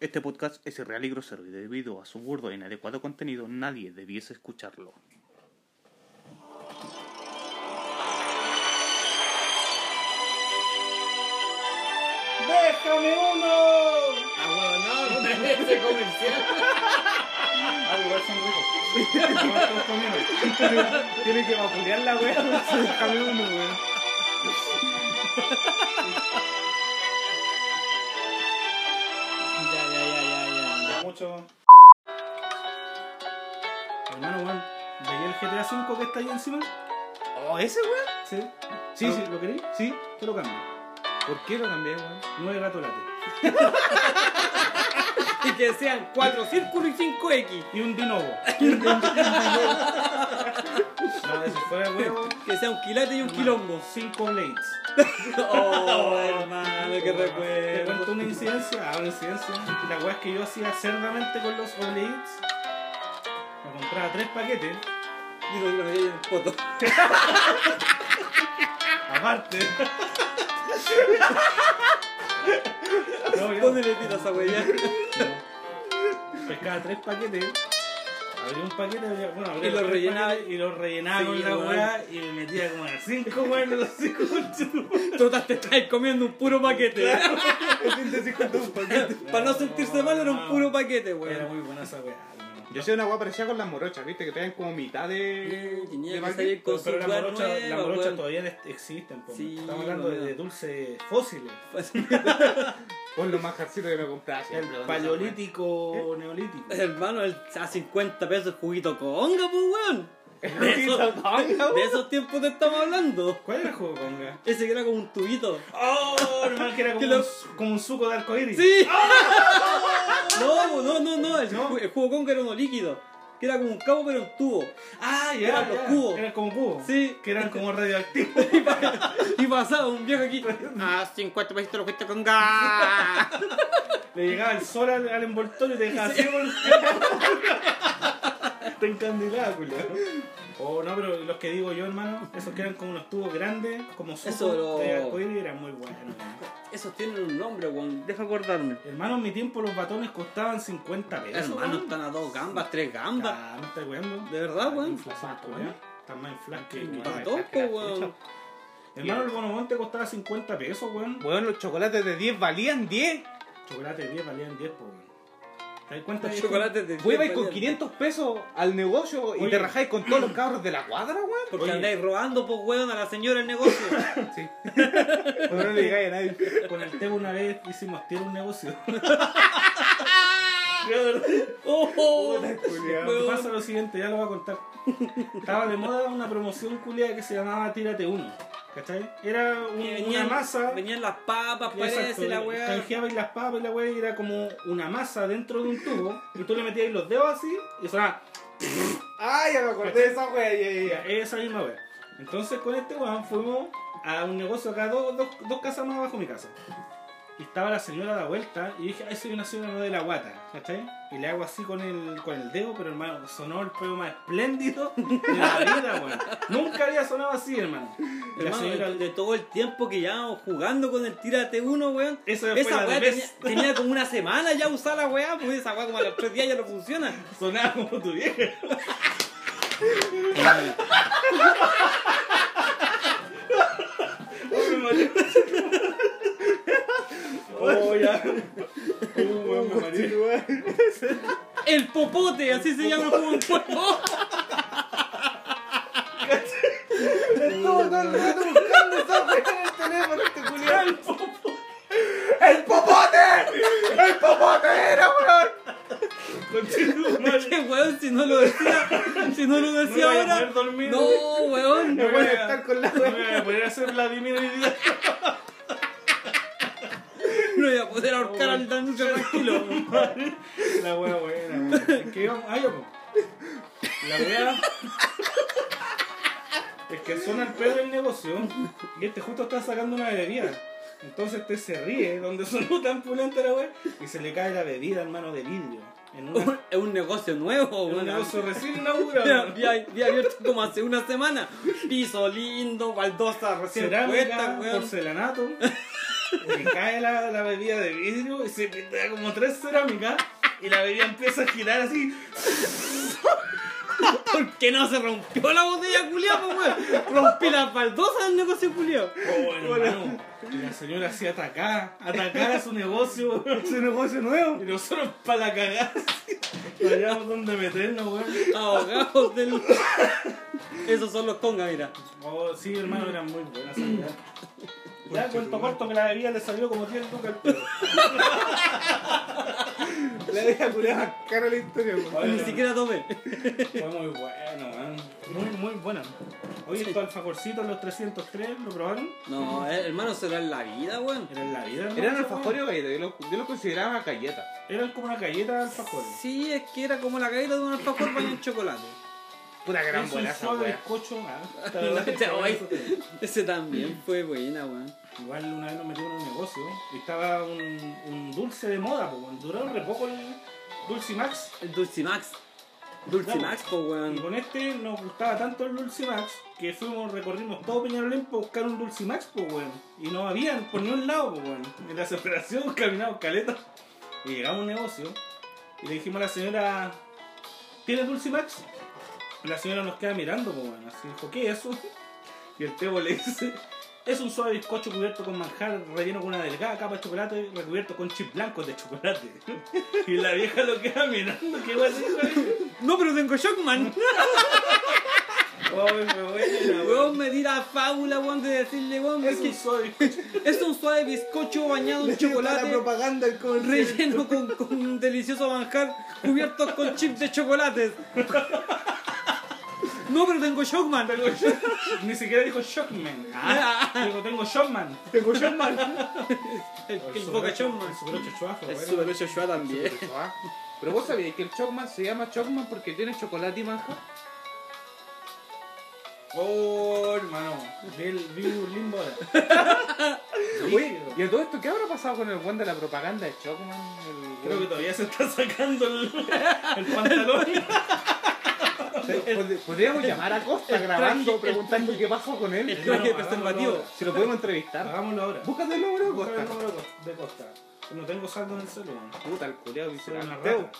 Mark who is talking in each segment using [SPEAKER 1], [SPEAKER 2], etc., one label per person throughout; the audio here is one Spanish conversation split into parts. [SPEAKER 1] Este podcast es irreal y grosero y debido a su burdo e inadecuado contenido nadie debiese escucharlo.
[SPEAKER 2] ¡Déjame uno!
[SPEAKER 3] Ah, bueno, no, no me ese comercial.
[SPEAKER 2] Ah, igual son ricos. Igual son comidos. Tiene que vapulear la wea. Déjame uno, weón.
[SPEAKER 3] Ya, ya, ya, ya, ya. ya.
[SPEAKER 2] mucho. Hermano, weón. ¿Veía el GTA V que está ahí encima?
[SPEAKER 3] Oh, ese weón.
[SPEAKER 2] Sí. Sí,
[SPEAKER 3] Ah.
[SPEAKER 2] sí, ¿lo queréis? Sí, te lo cambio.
[SPEAKER 3] ¿Por qué lo cambié, weón?
[SPEAKER 2] Nueve gato late.
[SPEAKER 3] Y que sean 4 círculos y 5 X.
[SPEAKER 2] Y un dinovo. no, eso fue de huevo.
[SPEAKER 3] Que sea un quilate y un quilombo.
[SPEAKER 2] Cinco blades.
[SPEAKER 3] Oh, hermano, qué
[SPEAKER 2] Te cuento
[SPEAKER 3] recuerdo.
[SPEAKER 2] una incidencia, ah, una incidencia. La weá es que yo hacía cerdamente con los Oblates. Me compraba tres paquetes.
[SPEAKER 3] Y no me en foto.
[SPEAKER 2] Aparte. No, ya.
[SPEAKER 3] ¿Dónde le tiras a weá?
[SPEAKER 2] Pescaba tres paquetes. Abría un paquete, abría- bueno, abría
[SPEAKER 3] Y
[SPEAKER 2] los
[SPEAKER 3] lo
[SPEAKER 2] tres
[SPEAKER 3] rellenaba.
[SPEAKER 2] paquetes Y los rellenaba
[SPEAKER 3] Sí,
[SPEAKER 2] con la
[SPEAKER 3] weón.
[SPEAKER 2] weá y me metía como a cinco weá en los cinco conchetumales.
[SPEAKER 3] Total, te estás comiendo un puro paquete. Para no sentirse mal, era un puro paquete,
[SPEAKER 2] Era
[SPEAKER 3] weón.
[SPEAKER 2] muy buena esa weá, hermano.
[SPEAKER 4] Yo sé una agua parecida con las morochas, viste, que traen como mitad de.
[SPEAKER 3] Tenía
[SPEAKER 4] de
[SPEAKER 3] que
[SPEAKER 4] bagre.
[SPEAKER 3] salir con su
[SPEAKER 2] Pero las
[SPEAKER 3] weá
[SPEAKER 2] morochas las
[SPEAKER 3] nueva,
[SPEAKER 2] morochas
[SPEAKER 3] weón.
[SPEAKER 2] todavía les- existen, po,
[SPEAKER 3] Sí,
[SPEAKER 2] estamos hablando de,
[SPEAKER 3] weón.
[SPEAKER 2] de dulces fósiles.
[SPEAKER 4] Con los majarcitos que me compraste.
[SPEAKER 2] El
[SPEAKER 3] ¿Eh?
[SPEAKER 2] paleolítico neolítico.
[SPEAKER 3] Hermano, el- a 50 pesos el juguito conga, pues weón. De esos, de esos tiempos te estamos hablando.
[SPEAKER 2] ¿Cuál era el juego conga?
[SPEAKER 3] Ese que era como un tubito.
[SPEAKER 2] Oh, hermano, que era como,
[SPEAKER 3] Que lo-
[SPEAKER 2] un, su- como un suco de arcoíris.
[SPEAKER 3] ¡Sí! No, no, no, no. El, ju- el juego Conga era uno líquido. Que era como un cabo, pero un tubo.
[SPEAKER 2] Ah, ya,
[SPEAKER 3] Eran
[SPEAKER 2] ya.
[SPEAKER 3] los cubos.
[SPEAKER 2] Eran como cubos.
[SPEAKER 3] Sí.
[SPEAKER 2] Que eran como radioactivos.
[SPEAKER 3] Y pasaba un viejo aquí. Ah, 50 pesitos lo fuiste conga.
[SPEAKER 2] Le llegaba el sol al, al envoltorio y te dejaba así con Te encandilaba, culiao. Oh, no, pero los que digo yo, hermano, esos que eran como unos tubos grandes, como suco
[SPEAKER 3] Eso lo-
[SPEAKER 2] de arcoíris, eran muy buenos. hermano.
[SPEAKER 3] Esos tienen un nombre, weón. Deja acordarme.
[SPEAKER 2] Hermano, en mi tiempo los batones costaban 50 pesos.
[SPEAKER 3] Hermano,
[SPEAKER 2] weón.
[SPEAKER 3] están a dos gambas, tres gambas.
[SPEAKER 2] Ah, me estás weando.
[SPEAKER 3] De verdad, weón.
[SPEAKER 2] Están más inflas que.
[SPEAKER 3] Para todo, pues, weón.
[SPEAKER 2] Hermano, el bonomón te costaba 50 pesos, weón.
[SPEAKER 4] Weón, los chocolates de 10 valían 10.
[SPEAKER 2] Chocolate de 10 valían 10, po, weón. ¿Te das cuenta?
[SPEAKER 3] Los
[SPEAKER 2] que-
[SPEAKER 3] chocolates de
[SPEAKER 4] Weón, vais
[SPEAKER 3] tiempo,
[SPEAKER 4] con
[SPEAKER 3] ya.
[SPEAKER 4] 500 pesos al negocio y
[SPEAKER 2] Oye.
[SPEAKER 4] te rajáis con todos los cabros de la cuadra, weón.
[SPEAKER 3] Porque
[SPEAKER 2] Oye.
[SPEAKER 3] andáis robando, pues, weón, a la señora el negocio.
[SPEAKER 4] Sí. Pero no le digáis a nadie.
[SPEAKER 2] Con el Teo una vez hicimos tiro un negocio.
[SPEAKER 3] ¡Oh! oh.
[SPEAKER 2] Lo que pasa es lo siguiente, ya lo voy a contar. Estaba de moda una promoción culiada que se llamaba Tírate Uno. ¿Cachai? Era un-
[SPEAKER 3] Y
[SPEAKER 2] una
[SPEAKER 3] venían,
[SPEAKER 2] masa.
[SPEAKER 3] venían las papas,
[SPEAKER 2] Exacto,
[SPEAKER 3] parece, la weá.
[SPEAKER 2] Canjeabais las papas y la weá y era como una masa dentro de un tubo y tú le metías los dedos así y sonaba
[SPEAKER 4] Ay, ya me acordé de esa wea. ya, ya,
[SPEAKER 2] "Mira,
[SPEAKER 4] ya.
[SPEAKER 2] esa misma weá. Entonces con este weón fuimos a un negocio acá, dos, dos, dos casas más abajo de mi casa. Y estaba la señora a la vuelta y dije, ay, soy una señora no de la guata, ¿cachai? Y le hago así con el, con el dedo, pero hermano, sonó el peo más espléndido de la vida, weón. Nunca había sonado así, hermano. Y la
[SPEAKER 3] Hermano,
[SPEAKER 2] señora,
[SPEAKER 3] de, de todo el tiempo que llevábamos jugando con el tírate uno, weón.
[SPEAKER 2] esa fue
[SPEAKER 3] Esa
[SPEAKER 2] la
[SPEAKER 3] weá
[SPEAKER 2] de
[SPEAKER 3] tenía,
[SPEAKER 2] mes.
[SPEAKER 3] tenía como una semana ya usada la weá, pues esa weá como a los tres días ya no funciona.
[SPEAKER 2] Sonaba como tu vieja. Oh, ya. Uh, weón, me mareé.
[SPEAKER 3] El popote, así se llama el juego en cuerpo.
[SPEAKER 4] Estuvo todo el rato buscando esa wea en el teléfono, este culiao. ¡El popote! ¡El popote era, weón!
[SPEAKER 2] Continúa, madre.
[SPEAKER 3] Que Este weón, si no lo decía, si no lo decía
[SPEAKER 2] No voy a
[SPEAKER 3] ahora.
[SPEAKER 2] poder dormir.
[SPEAKER 3] No, weón.
[SPEAKER 4] No voy a estar con la
[SPEAKER 2] No me voy a poner a hacer la diminuida.
[SPEAKER 3] No voy a poder ahorcar al Danilo tranquilo.
[SPEAKER 2] La wea buena, weón. ¿Qué íbamos? Ah, yo, po. La wea. Es que suena el pedo del negocio y este justo está sacando una bebida. Entonces este se ríe, donde sonó tan pulenta la wea, y se le cae la bebida, hermano, de vidrio. En una-
[SPEAKER 3] Un- Es un negocio nuevo,
[SPEAKER 2] en un
[SPEAKER 3] weón.
[SPEAKER 2] negocio recién inaugurado.
[SPEAKER 3] Mira,
[SPEAKER 2] hermano.
[SPEAKER 3] vi, vi abierto como hace una semana. Piso lindo, baldosa recién
[SPEAKER 2] Cerámica,
[SPEAKER 3] puesta, weón.
[SPEAKER 2] porcelanato. Le cae la, la bebida de vidrio y se pinta como tres cerámicas y la bebida empieza a girar así.
[SPEAKER 3] ¿Por qué no se rompió la botella culiada, weón? Rompí las baldosas del negocio culiado.
[SPEAKER 2] Oh, hermano, la señora así atacada, atacada a su negocio, weón.
[SPEAKER 4] Su negocio nuevo.
[SPEAKER 2] Y nosotros para la cagada, así, no hallábamos dónde meternos, weón.
[SPEAKER 3] Ahogados del. Esos son los congas, mira.
[SPEAKER 2] Oh, sí, hermano, eran muy buenas salidas. Mm. Ya cuento corto que la bebida le salió como 10 lucas al pedo.
[SPEAKER 4] La deja curada más cara la historia, weón.
[SPEAKER 3] Ni siquiera tomé.
[SPEAKER 2] Fue muy bueno, weón. Muy, muy buena. Oye, estos alfajorcitos, los 303, ¿lo probaron?
[SPEAKER 3] No, eh, hermano, se da en la vida, weón.
[SPEAKER 2] Eran la vida, hermano,
[SPEAKER 4] Eran
[SPEAKER 2] esa weá.
[SPEAKER 4] alfajores o galletas, yo los, yo los consideraba galletas.
[SPEAKER 2] Eran como una galleta de alfajores.
[SPEAKER 3] Sí, es que era como la galleta de un alfajor bañado en chocolate.
[SPEAKER 4] Puta que eran
[SPEAKER 2] Es un
[SPEAKER 4] buenas esas
[SPEAKER 2] suave
[SPEAKER 4] weas.
[SPEAKER 2] bizcocho, ah.
[SPEAKER 3] Ese también fue buena, weón.
[SPEAKER 2] Igual una vez nos metimos en un negocio y estaba un, un dulce de moda, po, weón. duraron re poco el Dulce Max.
[SPEAKER 3] El Dulcimax. Dulcimax, po,
[SPEAKER 2] Y
[SPEAKER 3] weón.
[SPEAKER 2] con este nos gustaba tanto el Dulce Max que fuimos, recorrimos todo Peñarolén para buscar un Dulce Max, po, weón. Y no habían por ningún lado, po, weón. En la separación caminamos caleta y llegamos a un negocio y le dijimos a la señora, ¿tienes Dulce Max? Y la señora nos queda mirando, po, weón. Así dijo, ¿qué es eso? Y el Tebo le dice, es un suave bizcocho cubierto con manjar, relleno con una delgada capa de chocolate, recubierto con chips blancos de chocolate. y la vieja lo queda mirando, ¿qué weón dijo ahí?
[SPEAKER 3] No, pero tengo Shockman.
[SPEAKER 2] Ay, me voy a la
[SPEAKER 3] Weón, me di la fábula, weón, de decirle, weón,
[SPEAKER 2] Es
[SPEAKER 3] que
[SPEAKER 2] un suave.
[SPEAKER 3] es un suave bizcocho bañado en
[SPEAKER 4] La
[SPEAKER 3] chocolate.
[SPEAKER 4] propaganda del comercial.
[SPEAKER 3] Relleno con, con un delicioso manjar cubierto con chips de chocolates. No, pero tengo Shockman.
[SPEAKER 2] Tengo shock- Ni siquiera dijo Shockman. Ah, Dijo, tengo Shockman.
[SPEAKER 4] Tengo yo mal.
[SPEAKER 3] El, el Boca Shockman.
[SPEAKER 2] El Super 8 chuazo,
[SPEAKER 3] El
[SPEAKER 2] bueno.
[SPEAKER 3] Super 8 Shoa también.
[SPEAKER 4] Pero vos sabías que el Chocman se llama Chocman porque tiene chocolate y manja.
[SPEAKER 2] Oh, hermano. Del Vivo Limbo.
[SPEAKER 4] Oye, ¿y a todo esto qué habrá pasado con el buen de la propaganda de Chocman? El
[SPEAKER 2] Creo que todavía se está sacando el, el pantalón.
[SPEAKER 4] Pod- Podríamos llamar a Costa grabando, preguntando qué pasó con
[SPEAKER 3] El
[SPEAKER 4] él.
[SPEAKER 2] Bueno,
[SPEAKER 3] traje
[SPEAKER 2] hagámoslo
[SPEAKER 3] preservativo.
[SPEAKER 2] ahora.
[SPEAKER 4] Si lo podemos entrevistar.
[SPEAKER 2] Hagámoslo ahora.
[SPEAKER 4] Búscate el número,
[SPEAKER 2] Busca
[SPEAKER 4] Costa.
[SPEAKER 2] el número de Costa. No tengo saldo en el celular.
[SPEAKER 4] Puta, el culeado dice
[SPEAKER 2] Soy una
[SPEAKER 4] "Ah,
[SPEAKER 2] rata.
[SPEAKER 4] Teo,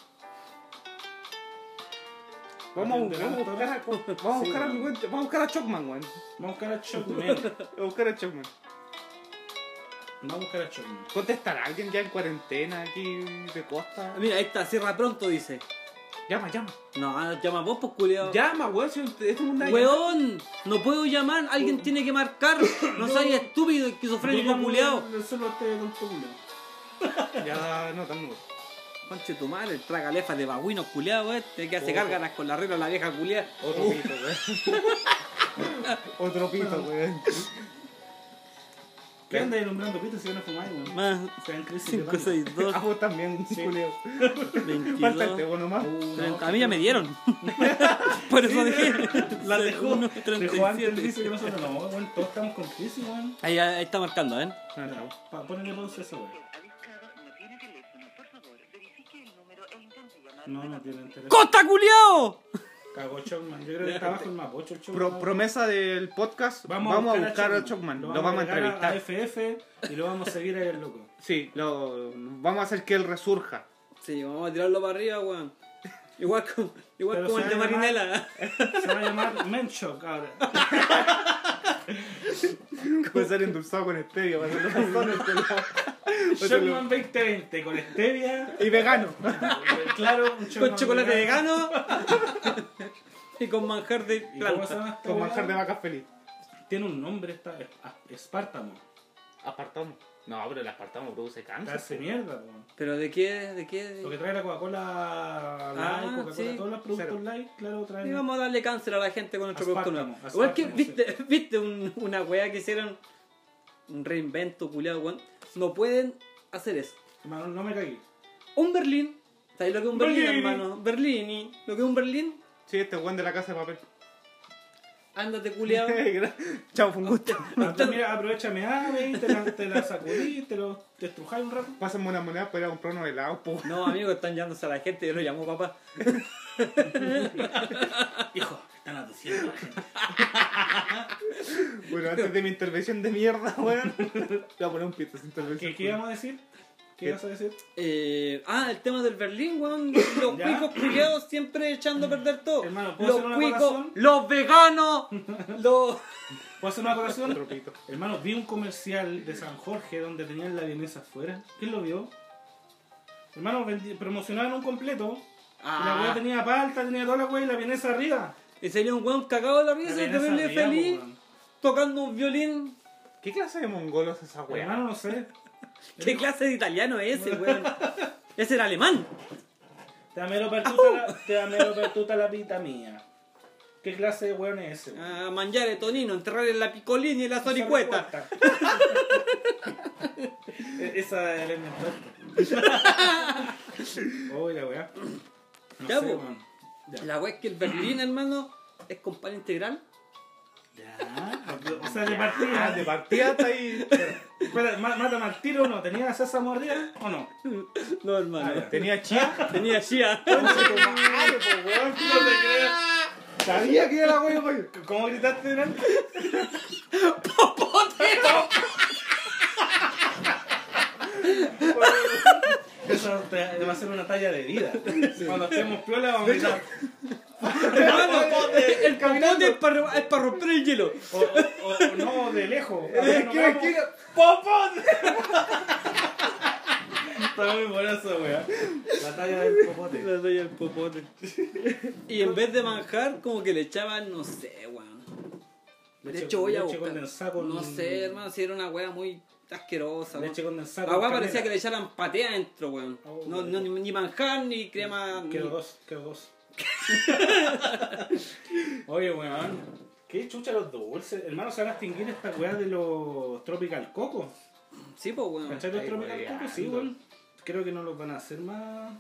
[SPEAKER 4] Vamos a vamos a buscar a Costa. Vamos a buscar a mi cuenta- Vamos a buscar a Chocman, weón.
[SPEAKER 2] Vamos a buscar a Shockman.
[SPEAKER 4] Vamos a buscar a Chocman.
[SPEAKER 2] Vamos a buscar a Shockman.
[SPEAKER 4] ¿Contestará alguien ya en cuarentena aquí de Costa?
[SPEAKER 3] Mira, ahí está, cierra pronto, dice.
[SPEAKER 4] Llama, llama.
[SPEAKER 3] No, llama vos, pues, culiao.
[SPEAKER 4] Llama, weón. si
[SPEAKER 2] Este
[SPEAKER 4] Esto es un
[SPEAKER 3] Weón, no puedo llamar, alguien tiene que marcar. No seas estúpido, esquizofrénico,
[SPEAKER 2] Dígame
[SPEAKER 3] culiao.
[SPEAKER 2] El celular te con tu culo.
[SPEAKER 4] Ya, no, tan nuevo.
[SPEAKER 3] Conche tu madre, el tragalefa de babuino culiao, este que hace
[SPEAKER 4] Oh.
[SPEAKER 3] gárgaras con la regla la vieja culiao.
[SPEAKER 4] Otro pito, weón. Uh. Otro pito, weón.
[SPEAKER 2] ¿Qué andáis nombrando pito si van a fumar, weón?
[SPEAKER 3] Más
[SPEAKER 2] Se dan crisis de
[SPEAKER 3] 5,
[SPEAKER 2] pánico.
[SPEAKER 3] 6, 2,
[SPEAKER 4] A vos también, culeo. Falta el
[SPEAKER 3] 22.
[SPEAKER 4] Teo nomás.
[SPEAKER 3] treinta. A mí ya me dieron. Por eso dejé.
[SPEAKER 2] La dejó.
[SPEAKER 3] Uno,
[SPEAKER 2] Dejó antes el
[SPEAKER 3] 37.
[SPEAKER 2] crisis que nosotros no, weón. Todos estamos con crisis, weón.
[SPEAKER 3] Ahí, ahí está marcando, ¿eh?
[SPEAKER 4] Ah,
[SPEAKER 2] Pa- Ponle pausa a eso, weón.
[SPEAKER 5] ha buscado no tiene teléfono. Por favor, verifique el número e intente llamar.
[SPEAKER 2] No, no tienen teléfono.
[SPEAKER 3] ¡Costa culiao!
[SPEAKER 2] Cagó Chocman. Yo creo que está abajo el mapocho, el Chocman.
[SPEAKER 4] Pro- promesa del podcast, vamos, a buscar a Chocman, lo vamos a
[SPEAKER 2] agregar
[SPEAKER 4] entrevistar.
[SPEAKER 2] A FF y lo vamos a seguir ahí al loco.
[SPEAKER 4] Sí, lo, vamos a hacer que él resurja.
[SPEAKER 3] Sí, vamos a tirarlo para arriba, weón. Igual, como- igual
[SPEAKER 2] Pero
[SPEAKER 3] como
[SPEAKER 2] se
[SPEAKER 3] el de
[SPEAKER 2] va a llamar-
[SPEAKER 3] Marinela.
[SPEAKER 2] Se va a llamar Menchok ahora.
[SPEAKER 4] Va a ser endulzado con stevia, va a ser los bastones con la- va a ser lo-
[SPEAKER 2] Chocman 2020 con stevia.
[SPEAKER 4] Y vegano.
[SPEAKER 2] Claro, un Chocman
[SPEAKER 3] Con chocolate vegano. y con manjar de
[SPEAKER 2] ¿Y cómo se
[SPEAKER 3] planta.
[SPEAKER 2] llama esta
[SPEAKER 4] Con
[SPEAKER 2] weá?
[SPEAKER 4] manjar de vaca feliz.
[SPEAKER 2] Tiene un nombre esta. es- ah, Espartamo.
[SPEAKER 4] Apartamos. No, pero el aspartamo produce
[SPEAKER 2] Te
[SPEAKER 4] cáncer.
[SPEAKER 2] hace mierda, weón.
[SPEAKER 3] ¿Pero de qué? ¿De qué?
[SPEAKER 2] Lo que trae la Coca-Cola Light,
[SPEAKER 3] Ah,
[SPEAKER 2] Coca-Cola,
[SPEAKER 3] sí.
[SPEAKER 2] todos los productos
[SPEAKER 4] Cero.
[SPEAKER 2] light, claro,
[SPEAKER 3] Y
[SPEAKER 2] traen.
[SPEAKER 3] vamos a darle cáncer a la gente con nuestro producto
[SPEAKER 2] Aspartamo,
[SPEAKER 3] nuevo. Igual que,
[SPEAKER 2] aspartamo,
[SPEAKER 3] ¿viste, viste un- una weá que hicieron? Un reinvento, culiado, weón. No pueden hacer eso.
[SPEAKER 2] Hermano, no me cagué.
[SPEAKER 3] Un Berlín. ¿Sabéis lo que es un Berlín,
[SPEAKER 2] Berlini.
[SPEAKER 3] hermano? Berlini. Lo que es un Berlín.
[SPEAKER 4] Sí, este weón de la casa de papel.
[SPEAKER 3] Ándate, culiado.
[SPEAKER 4] Chao, fue un gusto.
[SPEAKER 2] Ah, tú mira, aprovechame ave, te la, te la sacudí, te lo te estrujás un rato.
[SPEAKER 4] Pásenme una moneda para ir a comprar unos helados, po.
[SPEAKER 3] No, amigo, están llamándose a la gente. Yo lo llamo papá.
[SPEAKER 2] Hijo,
[SPEAKER 3] están aduciendo.
[SPEAKER 4] Bueno, antes de mi intervención de mierda, weón. Voy a poner un pito sin intervención.
[SPEAKER 2] ¿Qué, qué íbamos a decir? ¿Qué
[SPEAKER 4] ¿Qué?
[SPEAKER 2] ibas a decir?
[SPEAKER 3] Eh, ah, el tema del Berlín, weón. Los
[SPEAKER 2] Ya.
[SPEAKER 3] cuicos culiados siempre echando a perder todo.
[SPEAKER 2] Hermano, ¿puedo hacer
[SPEAKER 3] los
[SPEAKER 2] una
[SPEAKER 3] cuicos,
[SPEAKER 2] acotación?
[SPEAKER 3] los veganos, los.
[SPEAKER 2] ¿Puedo hacer una acotación?
[SPEAKER 4] Otro pito.
[SPEAKER 2] Hermano, vi un comercial de San Jorge donde tenían la vienesa afuera. ¿Quién lo vio? Hermano, vendi- promocionaban un completo. y La weá
[SPEAKER 3] Ah,
[SPEAKER 2] tenía palta, tenía toda la weá y la vienesa arriba.
[SPEAKER 3] y sería un weón cagado de la
[SPEAKER 2] La
[SPEAKER 3] risa y
[SPEAKER 2] vienesa
[SPEAKER 3] terrible
[SPEAKER 2] arriba,
[SPEAKER 3] feliz
[SPEAKER 2] po, weón.
[SPEAKER 3] tocando un violín.
[SPEAKER 4] ¿Qué clase de mongolo es esa weá?
[SPEAKER 2] Hermano, no sé.
[SPEAKER 3] ¿Qué clase de italiano es ese, weón? Ese era alemán.
[SPEAKER 2] Te amelo pertuta, la, te amelo pertuta la pita mía. ¿Qué clase de weón es ese? weón?
[SPEAKER 3] A mangiare tonino, enterrar en la picolina y en la zoricueta.
[SPEAKER 2] E- Esa era inventante. Uy, la weá. No
[SPEAKER 3] Ya,
[SPEAKER 2] sé,
[SPEAKER 3] po.
[SPEAKER 2] weón. Ya.
[SPEAKER 3] La weá es que el Berlín, hermano, es con pan integral.
[SPEAKER 2] O sea, de partida.
[SPEAKER 4] Ah, de partida está ahí.
[SPEAKER 2] Espera, ma- mátame al tiro o no. ¿Tenía salsa mordida o no?
[SPEAKER 3] No, hermano.
[SPEAKER 2] Ah,
[SPEAKER 4] Tenía chía.
[SPEAKER 3] Tenía chía.
[SPEAKER 4] Sabía que era la weá, weón.
[SPEAKER 2] ya. ¿Cómo gritaste delante? Eso te- va a ser una talla de vida. Cuando estemos piola vamos a gritar.
[SPEAKER 3] Hermano, el popote es para es para romper el hielo.
[SPEAKER 2] O, o- o "Oh, no, de lejos.
[SPEAKER 4] ¿Qué, qué, qué?
[SPEAKER 2] Está muy buena esa weá. La talla del popote.
[SPEAKER 3] Le doy al popote. Y en vez de manjar, como que le echaban, no sé, weón. De
[SPEAKER 2] Leche-
[SPEAKER 3] hecho, voy a
[SPEAKER 2] leche
[SPEAKER 3] buscar.
[SPEAKER 2] condensada con-
[SPEAKER 3] No sé, hermano, si era una weá muy asquerosa. weón.
[SPEAKER 2] Leche condensada.
[SPEAKER 3] La
[SPEAKER 2] con
[SPEAKER 3] weá
[SPEAKER 2] canela.
[SPEAKER 3] parecía que le echaran paté adentro, weón.
[SPEAKER 2] Oh,
[SPEAKER 3] No, no, ni ni manjar, ni crema. ni-
[SPEAKER 2] Quiero dos, quiero dos. Oye, weón. Qué chucha los dulces. Hermano, se van a extinguir esta weá de los Tropical Coco.
[SPEAKER 3] Sí, pues, weón.
[SPEAKER 2] ¿Cachai los
[SPEAKER 4] Ay,
[SPEAKER 2] Tropical
[SPEAKER 4] weá.
[SPEAKER 2] Coco? Sí, weón. Creo que no los van a hacer más.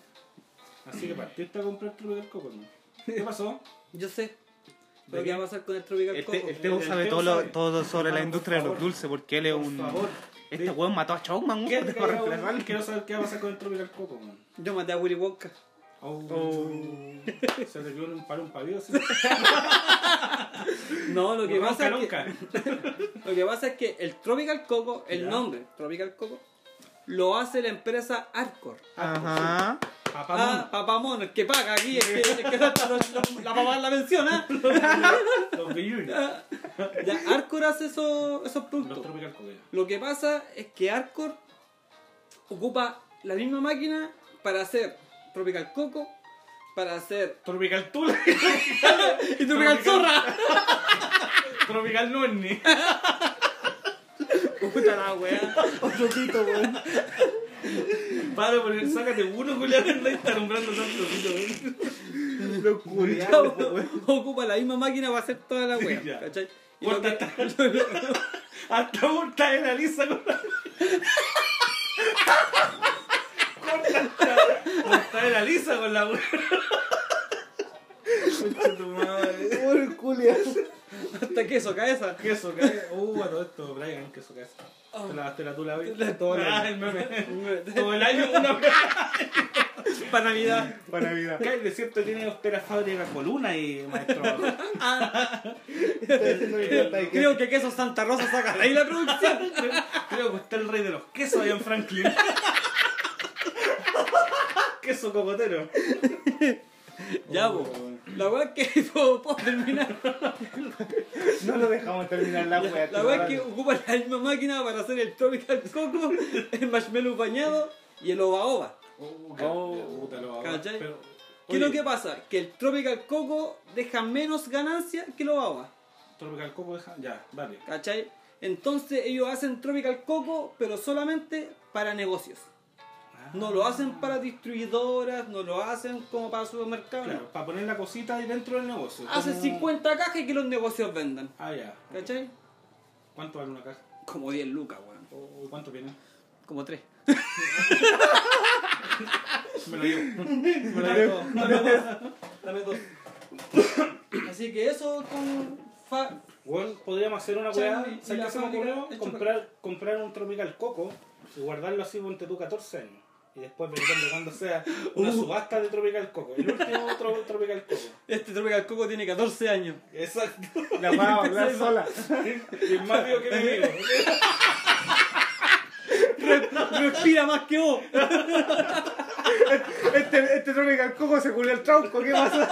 [SPEAKER 2] Así que partiste a comprar Tropical Coco, ¿no? ¿Qué pasó?
[SPEAKER 3] Yo sé.
[SPEAKER 2] ¿De
[SPEAKER 3] Lo que
[SPEAKER 2] qué? Este,
[SPEAKER 3] va a pasar con el Tropical
[SPEAKER 4] El,
[SPEAKER 3] Coco.
[SPEAKER 4] te, el Teo
[SPEAKER 2] El
[SPEAKER 4] sabe
[SPEAKER 2] Teo
[SPEAKER 4] todo, lo-
[SPEAKER 2] sabe.
[SPEAKER 4] todo sobre la
[SPEAKER 2] Hermano,
[SPEAKER 4] industria de
[SPEAKER 2] por
[SPEAKER 4] los
[SPEAKER 2] favor.
[SPEAKER 4] dulces porque él es
[SPEAKER 2] Por
[SPEAKER 4] un.
[SPEAKER 2] favor.
[SPEAKER 4] Este
[SPEAKER 2] Sí.
[SPEAKER 4] weón mató a Chowman, weón.
[SPEAKER 2] Quédate
[SPEAKER 4] Te va a
[SPEAKER 2] callado, weón.
[SPEAKER 4] reemplazar.
[SPEAKER 2] Quiero saber qué va a pasar con el Tropical Coco, weón. Oh.
[SPEAKER 3] Yo maté a Willy Wonka.
[SPEAKER 2] Se te quedó un palo un palo.
[SPEAKER 3] No, lo que, pasa es que,
[SPEAKER 2] nunca.
[SPEAKER 3] lo que pasa es que el Tropical Coco, el
[SPEAKER 2] Ya.
[SPEAKER 3] nombre Tropical Coco, lo hace la empresa Arcor.
[SPEAKER 4] Ajá.
[SPEAKER 3] Ah,
[SPEAKER 2] Papá,
[SPEAKER 3] papamón, el que paga aquí, el que, el que gasta los- los- la papá en la pensión, ¿ah?
[SPEAKER 2] los billunes.
[SPEAKER 3] Ya, Arcor hace esos, esos
[SPEAKER 2] Los
[SPEAKER 3] productos.
[SPEAKER 2] Tropical Coco.
[SPEAKER 3] Lo que pasa es que Arcor ocupa la misma máquina para hacer Tropical Coco, para hacer.
[SPEAKER 2] Tropical Tula.
[SPEAKER 3] ¡Y Tropical Zorra!
[SPEAKER 2] Tropical Nonni.
[SPEAKER 3] Puta la wea.
[SPEAKER 4] Otro pito, weón.
[SPEAKER 2] Para poner, sácate uno, Julián, anda está nombrando tanto pito, weón.
[SPEAKER 4] Los
[SPEAKER 3] Ya,
[SPEAKER 4] culiados,
[SPEAKER 3] uno
[SPEAKER 4] pues, weón.
[SPEAKER 3] ocupa la misma máquina para hacer toda la wea.
[SPEAKER 2] ya.
[SPEAKER 3] ¿Cachai? Y lo
[SPEAKER 2] Corta
[SPEAKER 3] que-
[SPEAKER 2] Hasta multa en la lista con la. Corta hasta- hasta en la lisa con la weón. Concha tu madre.
[SPEAKER 4] Los culiados.
[SPEAKER 3] Hasta queso, cabeza.
[SPEAKER 2] Queso cae. Uh, a todo esto, Brian, queso cae. Oh. Te lavaste la tula hoy. Todo el año. Todo el año una
[SPEAKER 3] para Navidad.
[SPEAKER 4] Para vida.
[SPEAKER 2] Acá el desierto tiene usted la fábrica coluna y maestro.
[SPEAKER 3] Creo que queso Santa Rosa saca de ahí la
[SPEAKER 2] Oh,
[SPEAKER 3] producción.
[SPEAKER 2] Creo que usted es el rey de los quesos allá en Franklin. Queso cocotero.
[SPEAKER 3] Ya, po. La wea es que. po, Puedo terminar.
[SPEAKER 4] No lo dejamos terminar la
[SPEAKER 3] Ya,
[SPEAKER 4] weá.
[SPEAKER 3] La weá es que ocupa la misma máquina para hacer el Tropical Coco, el marshmallow bañado y el Oba Oba.
[SPEAKER 4] Oh,
[SPEAKER 3] ¿Cachai?
[SPEAKER 2] Pero,
[SPEAKER 3] ¿Qué es lo que pasa? Que el Tropical Coco deja menos ganancia que el Oba Oba.
[SPEAKER 2] Tropical Coco deja. Ya, dale.
[SPEAKER 3] ¿Cachai? Entonces ellos hacen Tropical Coco, pero solamente para negocios.
[SPEAKER 2] Ah.
[SPEAKER 3] No lo hacen para distribuidoras, no lo hacen como para supermercados.
[SPEAKER 2] Claro, para poner la cosita ahí dentro del negocio.
[SPEAKER 3] no. Hacen
[SPEAKER 2] Como-
[SPEAKER 3] 50 cajas y que los negocios vendan.
[SPEAKER 2] Ah, ya.
[SPEAKER 3] ¿Cachai?
[SPEAKER 2] ¿Cuánto vale una caja?
[SPEAKER 3] Como 10 lucas, weón.
[SPEAKER 2] ¿O ¿Cuánto viene?
[SPEAKER 3] Como 3.
[SPEAKER 2] Me lo llevo.
[SPEAKER 3] Dame dos, dame dos, dame dos. Así que eso con fa-
[SPEAKER 2] Bueno, podríamos hacer una
[SPEAKER 3] Chan,
[SPEAKER 2] weá,
[SPEAKER 3] y- y
[SPEAKER 2] ¿sabes
[SPEAKER 3] la
[SPEAKER 2] qué se me
[SPEAKER 3] fábrica
[SPEAKER 2] ocurrió?
[SPEAKER 3] hecho
[SPEAKER 2] Comprar, comprar un tropical coco y guardarlo así ponte tú 14 años. Y después vendrán cuando sea una
[SPEAKER 3] Uh.
[SPEAKER 2] subasta de Tropical Coco. El último tro- Tropical Coco.
[SPEAKER 3] Este Tropical Coco tiene 14 años.
[SPEAKER 2] Exacto.
[SPEAKER 4] La va a hablar sola.
[SPEAKER 2] Y es más vivo que mi amigo.
[SPEAKER 3] Re- respira más que vos.
[SPEAKER 4] Este, este tropical coco se culió el tronco, ¿qué pasa?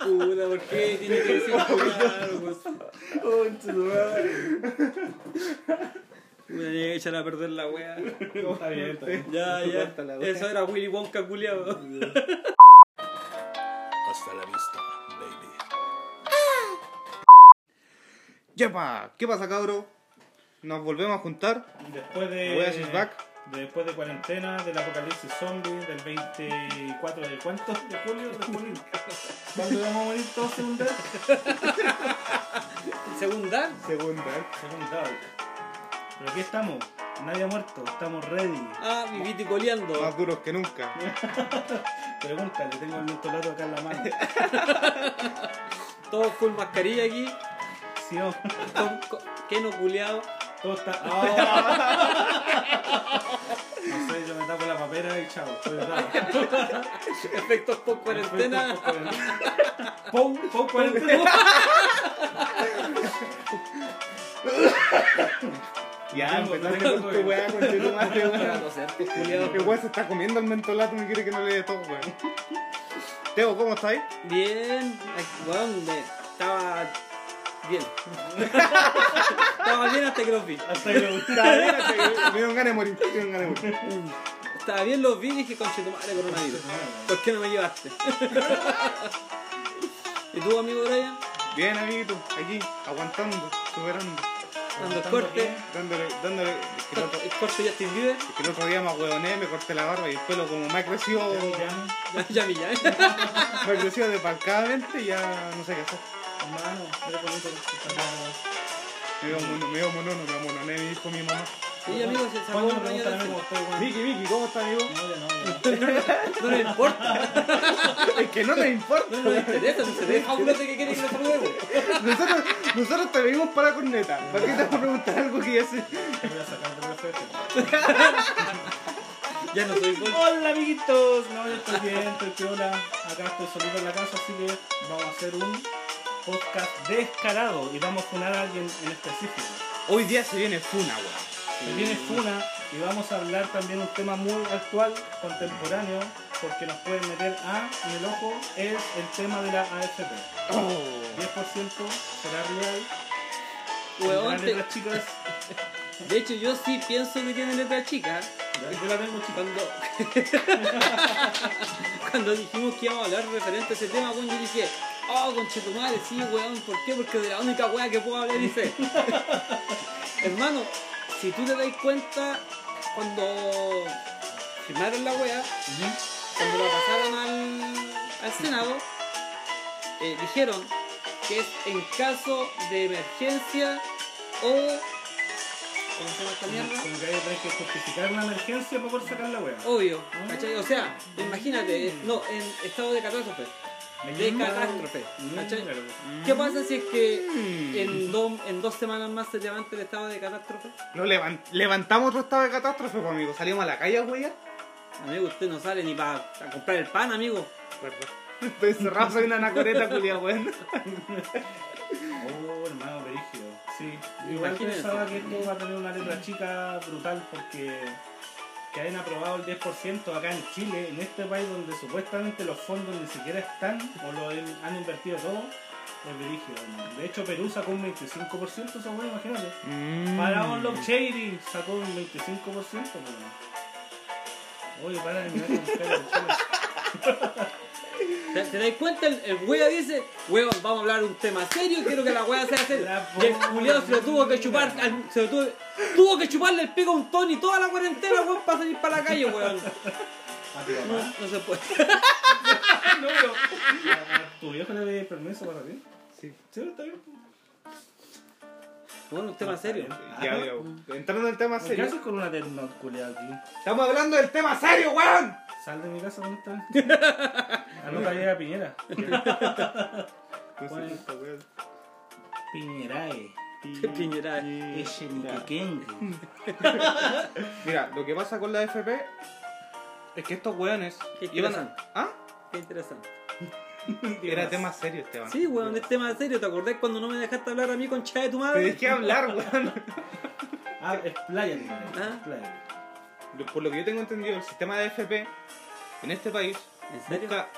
[SPEAKER 3] Puta, ¿por qué tiene que decir claro, pues? Me tiene que echar a perder la wea.
[SPEAKER 2] Está bien, está bien.
[SPEAKER 3] Ya, ya.
[SPEAKER 4] Corta la wea.
[SPEAKER 3] Eso era Willy Wonka culiado.
[SPEAKER 2] Hasta la vista, baby.
[SPEAKER 4] Yepa, ¿qué pasa, cabro? Nos volvemos a juntar.
[SPEAKER 2] Después de.
[SPEAKER 4] Weas is back.
[SPEAKER 2] Después de cuarentena, del apocalipsis zombie, del 24 de cuánto? De julio, de julio. ¿Cuándo vamos a morir todos según Dark?
[SPEAKER 3] Segunda.
[SPEAKER 4] Segunda. eh.
[SPEAKER 2] Según Dark. Pero aquí estamos. Nadie ha muerto. Estamos ready.
[SPEAKER 3] Ah, vivite coleando.
[SPEAKER 4] Más duros que nunca.
[SPEAKER 2] Pregúntale, tengo el mentolato acá en la mano.
[SPEAKER 3] Todos full mascarilla aquí.
[SPEAKER 2] Sí, no.
[SPEAKER 3] Con, con, que no culiado.
[SPEAKER 2] Todo está. ¡Ah! No sé, yo me tapo la papera y chao. Estoy bravo.
[SPEAKER 3] Efectos post cuarentena.
[SPEAKER 2] Pou, pou cuarentena.
[SPEAKER 4] Ya,
[SPEAKER 2] No tengo,
[SPEAKER 4] empezaste
[SPEAKER 2] no tengo
[SPEAKER 4] pues, con
[SPEAKER 2] COVID.
[SPEAKER 4] tu weá, con tu madre, weá. El
[SPEAKER 3] Culiao.
[SPEAKER 4] weá se está comiendo el mentolato y quiere que no le dé todo, weón. Teo, ¿cómo estáis?
[SPEAKER 3] Bien, ay, weón, me- estaba bien. estaba bien hasta que los vi.
[SPEAKER 2] Hasta que lo
[SPEAKER 4] Está bien, hasta que- Me dieron ganas de morir, me dieron ganas de morir.
[SPEAKER 3] Estaba bien, los vi y dije, conchetumare coronavirus. ¿Por qué no me llevaste? ¿Y tú, amigo Brian?
[SPEAKER 4] Bien, amiguito, aquí, aguantando, superando,
[SPEAKER 3] Dando el corte.
[SPEAKER 4] dándole, dándole. Es que el otro,
[SPEAKER 3] El corte ya te vive.
[SPEAKER 4] es que el otro día me hueoné, me corté la barba y el pelo como me ha crecido,
[SPEAKER 2] Hermano,
[SPEAKER 3] Ya vi, ya.
[SPEAKER 4] me ha crecido desbalcadamente y ya no sé qué hacer.
[SPEAKER 2] pero con esto que está mal.
[SPEAKER 4] Me veo mono, me veo monono, me amononé, me dijo mi mamá.
[SPEAKER 3] Y amigo, se sacó
[SPEAKER 2] ¿Cuándo me
[SPEAKER 3] un baño
[SPEAKER 2] preguntan a mí
[SPEAKER 3] de
[SPEAKER 2] cómo estoy, weón?
[SPEAKER 4] Vicky, Vicky, ¿cómo estás, amigo?
[SPEAKER 2] No, ya no, ya no.
[SPEAKER 3] No le importa.
[SPEAKER 4] Es que no nos importa.
[SPEAKER 3] No nos interesa. No se ve fabuloso que quiere que lo saludemos.
[SPEAKER 4] Nosotros, nosotros te venimos para la corneta. ¿Para qué te vamos a preguntar algo que ya sé?
[SPEAKER 2] Te voy a sacar de la oferta.
[SPEAKER 3] Ya no soy gol.
[SPEAKER 2] Hola, amiguitos. No, yo estoy bien, estoy piola. Acá estoy solito en la casa, así que vamos a hacer un podcast descarado y vamos a funar a alguien en específico.
[SPEAKER 4] Hoy día se viene Funa, weón.
[SPEAKER 2] Se viene Funa y vamos a hablar también un tema muy actual, contemporáneo, porque nos pueden meter a en el ojo, es el tema de la AFP.
[SPEAKER 4] Oh.
[SPEAKER 2] 10% será real. Tendrá
[SPEAKER 3] Weón, te-
[SPEAKER 2] letras chicas.
[SPEAKER 3] De hecho, yo sí pienso que tiene letra chica.
[SPEAKER 2] Yo la tengo chica.
[SPEAKER 3] Cuando, cuando dijimos que íbamos a hablar referente a ese tema, weón, yo dije, oh, conchetumare, sí, weón, ¿por qué? Porque de la única weá que puedo hablar dice. Hermano, si tú te das cuenta, cuando firmaron la weá, cuando la pasaron al, al Senado, eh, dijeron que es en caso de emergencia o... ¿Cómo se llama esta mierda?
[SPEAKER 2] Como que hay hay que justificar una emergencia para poder sacar la wea.
[SPEAKER 3] Obvio, ¿cachai? O sea, imagínate, eh, no, en estado de catástrofe. De catástrofe,
[SPEAKER 2] Mm.
[SPEAKER 3] ¿cachai?
[SPEAKER 2] Claro.
[SPEAKER 3] ¿Qué pasa si es que en, do- en dos semanas más se levanta el estado de catástrofe?
[SPEAKER 4] No, levan- levantamos otro estado de catástrofe, pues, amigo. Salimos a la calle, weón.
[SPEAKER 3] Amigo, usted no sale ni para comprar el pan, amigo.
[SPEAKER 4] Perdón. Estoy cerrado, soy una anacoreta, culia, weón.
[SPEAKER 2] Oh, hermano, brígido. Sí,
[SPEAKER 3] Imagínense.
[SPEAKER 2] igual pensaba que esto va a tener una letra chica brutal porque que hayan aprobado el 10% acá en Chile, en este país donde supuestamente los fondos ni siquiera están o lo han- han invertido todo, es brígido. hermano. De hecho, Perú sacó un 25%, esa weá, imagínate.
[SPEAKER 4] Mm.
[SPEAKER 2] Para un Love Shady sacó un 25%, pero... Oye, para de mirar con cara de chile.
[SPEAKER 3] ¿Te, te das cuenta? El, el wea dice, weón, vamos a hablar de un tema serio, quiero que la wea sea seria.
[SPEAKER 2] La
[SPEAKER 3] Y el culiao se lo tuvo que chupar, al- se lo tuvo, tuvo que chuparle el pico a un Tony toda la cuarentena, weón, para salir para la calle, weón.
[SPEAKER 2] A tu
[SPEAKER 3] No,
[SPEAKER 2] mamá.
[SPEAKER 3] no se puede.
[SPEAKER 2] No, pero- ¿A Ah, tu viejo le di permiso para ti?
[SPEAKER 4] Sí.
[SPEAKER 2] Sí, está bien.
[SPEAKER 3] Bueno, un tema serio.
[SPEAKER 4] Ya, ya, weón. Entrando en el tema
[SPEAKER 2] ¿Qué
[SPEAKER 4] serio.
[SPEAKER 2] haces con una terno culeada aquí?
[SPEAKER 4] Estamos hablando del tema serio, weón.
[SPEAKER 2] Sal de mi casa, ¿dónde Ah, estás? Anota ahí a Piñera.
[SPEAKER 4] Entonces, esta weá.
[SPEAKER 2] Piñerae.
[SPEAKER 3] Qué piñera.
[SPEAKER 4] Mm.
[SPEAKER 2] Echeniquequengue.
[SPEAKER 4] Mira, lo que pasa con la FP Es que estos weones
[SPEAKER 3] Qué
[SPEAKER 4] iban a...
[SPEAKER 3] interesante.
[SPEAKER 4] ¿Ah?
[SPEAKER 3] Qué interesante.
[SPEAKER 4] Era tema serio, Esteban.
[SPEAKER 3] Sí, weón, es tema serio. ¿Te acordás cuando no me dejaste hablar a mí, concha de tu
[SPEAKER 4] Te
[SPEAKER 3] madre?
[SPEAKER 4] dejé hablar, weón.
[SPEAKER 2] Ah, expláyate,
[SPEAKER 3] Ah.
[SPEAKER 2] expláyate.
[SPEAKER 4] Lo- Por lo que yo tengo entendido, el sistema de FP en este país
[SPEAKER 3] ¿En serio?
[SPEAKER 4] busca,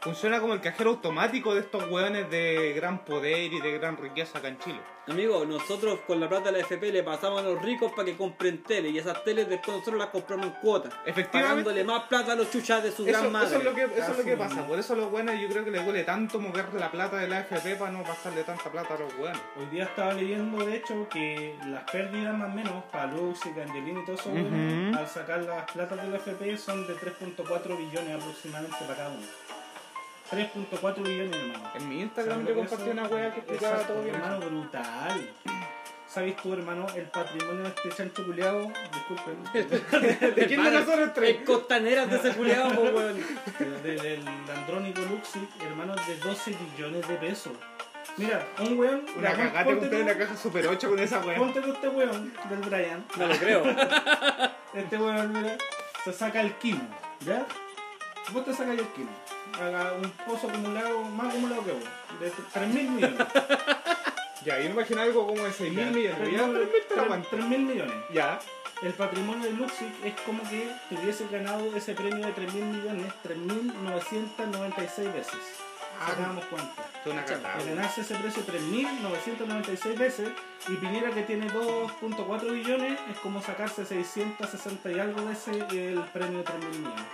[SPEAKER 4] funciona como el cajero automático de estos weones de gran poder y de gran riqueza acá en Chile.
[SPEAKER 3] Amigo, nosotros con la plata de la FP le pasamos a los ricos para que compren tele y esas teles después nosotros las compramos en cuotas.
[SPEAKER 4] Efectivamente.
[SPEAKER 3] Pagándole más plata a los chuchas de su
[SPEAKER 4] Eso,
[SPEAKER 3] gran madre.
[SPEAKER 4] eso es lo que, eso es lo que
[SPEAKER 2] Así.
[SPEAKER 4] pasa. Por eso a los weones yo creo que les duele tanto mover la plata de la FP para no pasarle tanta plata a los weones.
[SPEAKER 2] Hoy día estaba leyendo, de hecho, que las pérdidas más o menos para Lux y Candelín y todo eso,
[SPEAKER 4] Ujú.
[SPEAKER 2] al sacar las platas del FP, son de 3.4 billones aproximadamente para cada uno. 3.4 billones, hermano.
[SPEAKER 4] En mi
[SPEAKER 2] O sea,
[SPEAKER 4] Instagram
[SPEAKER 2] lo
[SPEAKER 4] yo
[SPEAKER 2] que
[SPEAKER 4] compartí
[SPEAKER 2] eso-
[SPEAKER 4] una wea que explicaba
[SPEAKER 2] Exacto,
[SPEAKER 4] todo bien.
[SPEAKER 2] hermano, brutal. ¿Sabes tú, hermano, el patrimonio de este chancho culiao? Disculpen.
[SPEAKER 4] ¿De quién de
[SPEAKER 3] Hermano,
[SPEAKER 4] nosotros tres?
[SPEAKER 3] El costanera de
[SPEAKER 2] Este
[SPEAKER 3] ese culiao, po, weón.
[SPEAKER 2] del, del- del Andrónico Luxi, hermano, de 12 billones de pesos. Mira, un weón.
[SPEAKER 4] Una
[SPEAKER 2] ya, pon-
[SPEAKER 4] cagada te
[SPEAKER 2] ponte
[SPEAKER 4] compré
[SPEAKER 2] tú-
[SPEAKER 4] una caja Super 8 con esa wea.
[SPEAKER 2] Ponte tú este weón del Brian.
[SPEAKER 3] No lo creo.
[SPEAKER 2] Este weón, mira, se saca el quimo, ¿ya? Vos te sacas el quimo. Haga un pozo acumulado, más acumulado que vos, de 3.000 millones.
[SPEAKER 4] Ya, yo me imagino algo como de 6 mil millones. Ya, 3 mil te la aguanto.
[SPEAKER 2] 3.000 millones.
[SPEAKER 4] Ya.
[SPEAKER 2] El patrimonio de Luxig es como que tuviese ganado ese premio de 3.000 millones 3.996 veces.
[SPEAKER 4] Ah,
[SPEAKER 2] Sacamos cuenta.
[SPEAKER 4] Esto es una cagada.
[SPEAKER 2] Al ganarse ese precio 3.996 veces y Piñera que tiene 2.4 billones es como sacarse 660 y algo veces el premio de 3.000 millones.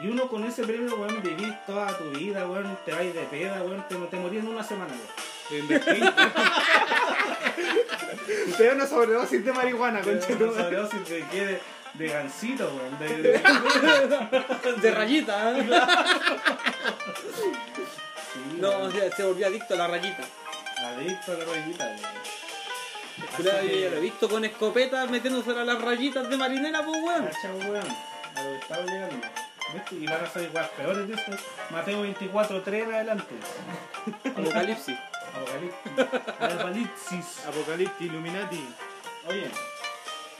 [SPEAKER 2] Y uno con ese premio, weón, vivís toda tu vida, weón, te vais de peda, weón, te, te morís en una semana, weón.
[SPEAKER 4] Lo invertí. Te da una sobredosis de marihuana,
[SPEAKER 2] Te da una
[SPEAKER 4] conchetumare.
[SPEAKER 2] sobredosis de, qué, de, de gansito, weón, de- de-
[SPEAKER 3] De rayita, ¿eh?
[SPEAKER 2] Sí,
[SPEAKER 3] No, o
[SPEAKER 2] weón.
[SPEAKER 3] sea, se volvió adicto a la rayita.
[SPEAKER 2] Adicto a la rayita, weón.
[SPEAKER 4] Ah,
[SPEAKER 3] El
[SPEAKER 2] Así
[SPEAKER 3] culiao
[SPEAKER 2] que-
[SPEAKER 3] yo ya lo he visto con escopetas metiéndose a las rayitas de marinera, po, weón.
[SPEAKER 2] Cacha, weón. A lo que está obligando. ¿Viste? Y van a ser igual peores de esto. Mateo 24, 3 en adelante.
[SPEAKER 3] Apocalipsis.
[SPEAKER 2] Apocalipsis. Apocalipsis.
[SPEAKER 4] Apocalipsis, Illuminati.
[SPEAKER 2] Oye.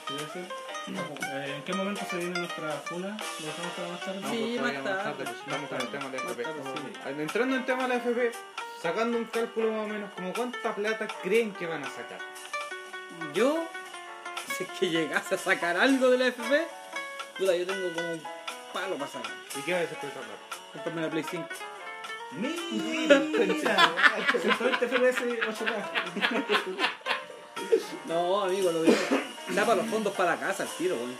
[SPEAKER 2] ¿qué iba a decir? Eh, ¿En qué momento se viene nuestra funa? ¿Lo dejamos para más tarde?
[SPEAKER 3] Sí,
[SPEAKER 4] pues, todavía
[SPEAKER 3] más
[SPEAKER 4] más
[SPEAKER 3] tarde.
[SPEAKER 4] tarde, vamos con el tema de la
[SPEAKER 3] Más
[SPEAKER 4] FP.
[SPEAKER 3] tarde, sí.
[SPEAKER 4] Entrando en tema de la FP, sacando un cálculo más o menos, como cuánta plata creen que van a sacar.
[SPEAKER 3] Yo, si es que llegase a sacar algo de la FP, puta, yo tengo como un palo para sacar.
[SPEAKER 4] ¿Y qué va a hacer con esa plata?
[SPEAKER 3] Comprarme la Play 5.
[SPEAKER 2] Mira, se fue este FPS 8K.
[SPEAKER 3] No, amigo, lo digo. Da para los fondos para la casa, el tiro, weón.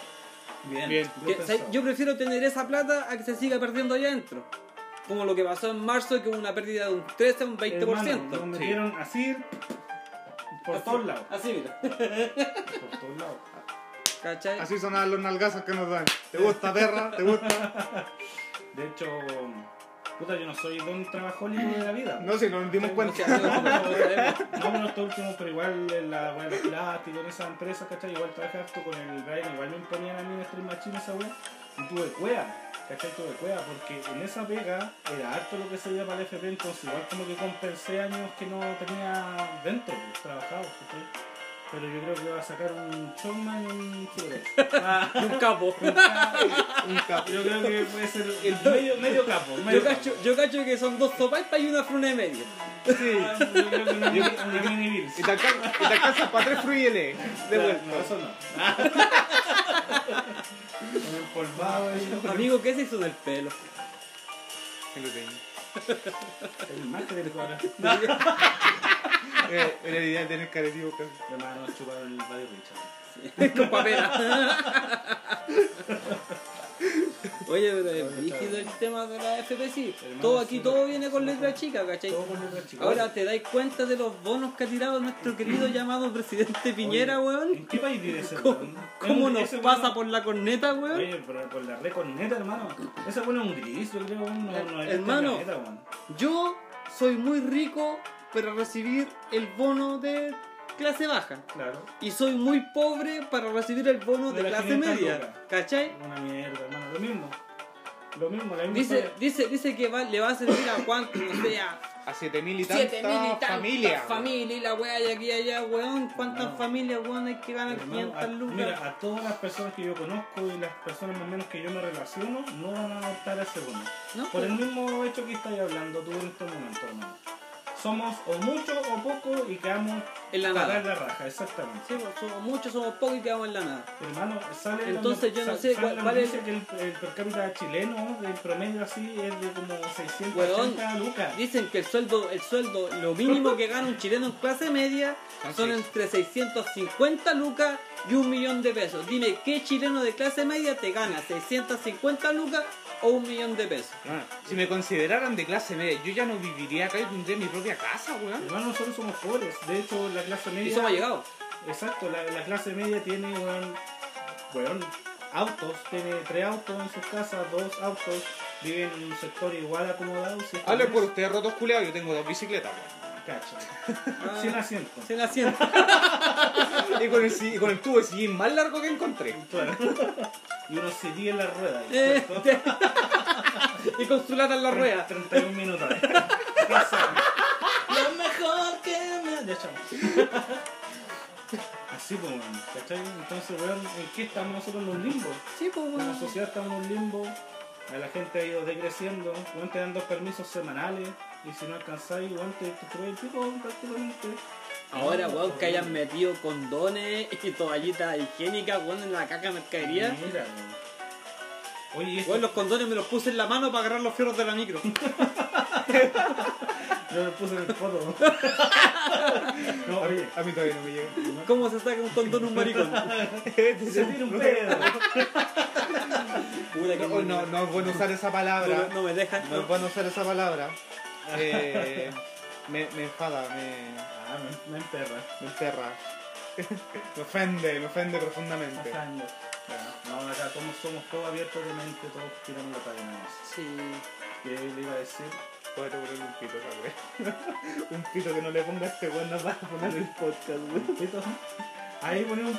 [SPEAKER 2] Bien,
[SPEAKER 4] Bien.
[SPEAKER 2] bien
[SPEAKER 3] Que,
[SPEAKER 2] pensado.
[SPEAKER 3] ¿sabes? Yo prefiero tener esa plata a que se siga perdiendo allá adentro. Como lo que pasó en marzo, que hubo una pérdida de un 13 a un 20%.
[SPEAKER 2] Hermano, Nos metieron así por todos lados.
[SPEAKER 3] Así, mira.
[SPEAKER 2] Por todos lados.
[SPEAKER 3] ¿Cachai?
[SPEAKER 4] Así sonaban los nalgazos que nos dan. ¿Te gusta, perra? ¿Te gusta?
[SPEAKER 2] De hecho, puta, yo no soy don trabajólico de la vida.
[SPEAKER 4] No, si nos dimos
[SPEAKER 3] O
[SPEAKER 4] cuenta.
[SPEAKER 3] sea, amigo, como todos sabemos,
[SPEAKER 2] No, bueno, estos últimos, pero igual en la weá de los plásticos, en esas empresas, ¿cachai? Igual trabajé harto con el Brian, igual me imponían a mí en Stream Machine esa weá. Y tuve cueva, ¿cachai? Tuve cueva, porque en esa pega era harto lo que se iba para el FP, entonces igual como que compensé años que no tenía dentro, pues, trabajados, ¿cachai? Pero yo creo que va a sacar un showman y un churro. Ah,
[SPEAKER 3] y un capo.
[SPEAKER 4] Un capo.
[SPEAKER 2] yo creo que puede ser el medio, medio capo. medio
[SPEAKER 3] Yo cacho, yo cacho que son dos sopas y una fruna y media.
[SPEAKER 2] Sí, yo creo que una, mini- una mini Bills.
[SPEAKER 4] Y te alcan- y te alcanzas para tres fruyeles. De vuelta.
[SPEAKER 2] No, eso no. Con el polvado y
[SPEAKER 3] Amigo, ¿qué se hizo del pelo?
[SPEAKER 4] Que lo tenía.
[SPEAKER 2] el mate del cola.
[SPEAKER 4] Eh, Era la idea de tener caretío casi.
[SPEAKER 2] Le mandaron a chupar el radio Richard.
[SPEAKER 3] Con papera. Oye, pero es rígido el tema de la FP, sí. Todo aquí, todo viene con letra chica, ¿cachai?
[SPEAKER 2] Todo con letras chicas.
[SPEAKER 3] Ahora te dais cuenta de los bonos que ha tirado nuestro querido llamado presidente Piñera, weón.
[SPEAKER 2] ¿En qué país vive ese
[SPEAKER 3] ¿Cómo,
[SPEAKER 2] weón?
[SPEAKER 3] cómo
[SPEAKER 2] Es un-
[SPEAKER 3] nos
[SPEAKER 2] ese weón-
[SPEAKER 3] pasa por la corneta, weón?
[SPEAKER 2] Oye, pero por la red corneta, hermano. Ese bueno es un gris, yo creo. weón, No,
[SPEAKER 3] Eh,
[SPEAKER 2] no es
[SPEAKER 3] hermano.
[SPEAKER 2] corneta, weón.
[SPEAKER 3] Yo soy muy rico para recibir el bono de clase baja.
[SPEAKER 2] Claro.
[SPEAKER 3] Y soy muy pobre para recibir el bono de,
[SPEAKER 2] De las
[SPEAKER 3] clase
[SPEAKER 2] 500
[SPEAKER 3] media.
[SPEAKER 2] lucas.
[SPEAKER 3] ¿Cachai?
[SPEAKER 2] Una mierda, hermano. Lo mismo. Lo mismo, la misma.
[SPEAKER 3] Dice,
[SPEAKER 2] historia.
[SPEAKER 3] dice, dice que va- le va a servir a cuánto, no sé, a,
[SPEAKER 4] a 7000 y tantas
[SPEAKER 3] 7 mil y
[SPEAKER 4] familias.
[SPEAKER 3] familias.
[SPEAKER 4] weón.
[SPEAKER 3] Familias, y la weá, y aquí y allá, weón. ¿Cuántas
[SPEAKER 2] No.
[SPEAKER 3] familias, weón, hay que ganar
[SPEAKER 2] Hermano,
[SPEAKER 3] 500
[SPEAKER 2] a-
[SPEAKER 3] "Ah, lucas?
[SPEAKER 2] mira, a todas las personas que yo conozco y las personas más o menos que yo me relaciono, no van a adoptar a ese bono.
[SPEAKER 3] ¿no?
[SPEAKER 2] Por el mismo hecho que estáis hablando tú en estos momentos, hermano. Somos o mucho o poco y quedamos
[SPEAKER 3] En la
[SPEAKER 2] pagar
[SPEAKER 3] nada.
[SPEAKER 2] la raja, exactamente.
[SPEAKER 3] Sí, pues, somos muchos, somos pocos y quedamos en la nada.
[SPEAKER 2] Hermano, sale la
[SPEAKER 3] Entonces,
[SPEAKER 2] no-
[SPEAKER 3] yo no
[SPEAKER 2] sa-
[SPEAKER 3] sé
[SPEAKER 2] sale
[SPEAKER 3] cuál-
[SPEAKER 2] la
[SPEAKER 3] cuál es-
[SPEAKER 2] noticia que el, el per cápita chileno, del promedio así, es de como 680
[SPEAKER 3] Weón,
[SPEAKER 2] lucas.
[SPEAKER 3] Dicen que el sueldo, el sueldo, lo mínimo que gana un chileno en clase media
[SPEAKER 2] Ah,
[SPEAKER 4] Son
[SPEAKER 3] son
[SPEAKER 4] seis.
[SPEAKER 3] entre 650 lucas y un millón de pesos. Dime, ¿qué chileno de clase media te gana 650 lucas o un millón de pesos?
[SPEAKER 4] Weón, Ah, Si me consideraran de clase media, yo ya no viviría acá, yo tendría mi propia casa, weón.
[SPEAKER 2] Hermano, nosotros somos pobres. De hecho, la clase
[SPEAKER 3] Y
[SPEAKER 2] media.
[SPEAKER 3] somos llegados.
[SPEAKER 2] Exacto, la, la clase media tiene weón, weón, autos, tiene tres autos en sus casas, dos autos, viven en un sector igual acomodado. si es que
[SPEAKER 4] Hablen
[SPEAKER 2] no
[SPEAKER 4] por
[SPEAKER 2] es-
[SPEAKER 4] ustedes rotos culeados, yo tengo dos bicicletas, weón.
[SPEAKER 3] Ah.
[SPEAKER 2] Cacha. Sin asiento.
[SPEAKER 3] Se la siento.
[SPEAKER 4] Y con el, si- y con el tubo de sillín más largo que encontré.
[SPEAKER 2] Claro. y uno se en la rueda. y
[SPEAKER 3] Eh,
[SPEAKER 2] puesto
[SPEAKER 3] y con su lata en la rueda.
[SPEAKER 2] 31 minutos. Pasa.
[SPEAKER 3] Lo mejor que me...
[SPEAKER 2] Ya, chao. Así pues, weón, ¿cachai? Entonces, weón, ¿en qué estamos nosotros en un limbo?
[SPEAKER 3] Sí, pues,
[SPEAKER 2] Como
[SPEAKER 3] weón.
[SPEAKER 2] sociedad estamos en un limbo, a la gente ha ido decreciendo, weón, te dan dos permisos semanales, y si no alcanzáis, weón, te, te tuve el pico weón, prácticamente.
[SPEAKER 3] Ahora,
[SPEAKER 2] No,
[SPEAKER 3] weón, que hayan metido condones y toallitas higiénicas, weón, en la caca de mercadería.
[SPEAKER 2] Mira, weón. Oye, y esto-
[SPEAKER 3] Weón, los condones me los puse en la mano para agarrar los fierros de la micro.
[SPEAKER 2] yo me puse en el foto. weón. no,
[SPEAKER 4] A mí,
[SPEAKER 2] oye,
[SPEAKER 4] a mí todavía no me llega.
[SPEAKER 3] ¿Cómo se saca un condón un maricón?
[SPEAKER 2] se tiene un pedo.
[SPEAKER 3] Puta, que
[SPEAKER 4] No, no, no es bueno usar esa palabra.
[SPEAKER 3] no, no me dejan.
[SPEAKER 4] No es bueno usar esa palabra. Eh, me, me enfada, me,
[SPEAKER 2] Ah, me, me emperra.
[SPEAKER 4] me enterra. Me ofende, me ofende profundamente.
[SPEAKER 2] Pasando. No, acá somos, somos todos abiertos de mente, todos tiramos la talla nomás.
[SPEAKER 3] Sí.
[SPEAKER 2] ¿Qué le iba a decir?
[SPEAKER 4] Puedo ponerle un pito, cabrón. Un pito que no le ponga a este weón, no va a poner el podcast, weón.
[SPEAKER 2] ¿Un pito? Ahí pone un, un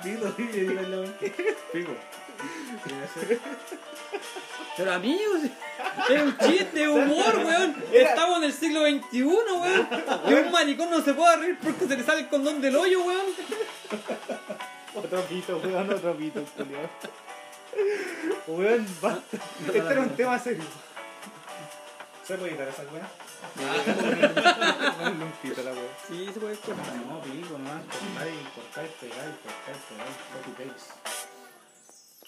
[SPEAKER 2] pito y le digo la Pico. ¿Qué iba a decir?
[SPEAKER 3] Pero amigos, es un chiste, es humor, weón. Estamos en el siglo XXI, weón. Y un maricón no se puede reír porque se le sale el condón del hoyo, weón.
[SPEAKER 4] Otro pito, weón, otro pito, culiao. Weón, basta.
[SPEAKER 3] no,
[SPEAKER 4] Este era
[SPEAKER 3] no,
[SPEAKER 4] un
[SPEAKER 3] no.
[SPEAKER 4] tema serio.
[SPEAKER 2] ¿Se puede quitar esa weá?
[SPEAKER 4] Ah. Ponle un pito a la weón.
[SPEAKER 3] Sí, se puede cortar.
[SPEAKER 2] No, pico, nomás. Cortáis, cortáis, pegáis, cortáis, pegáis, copy paste.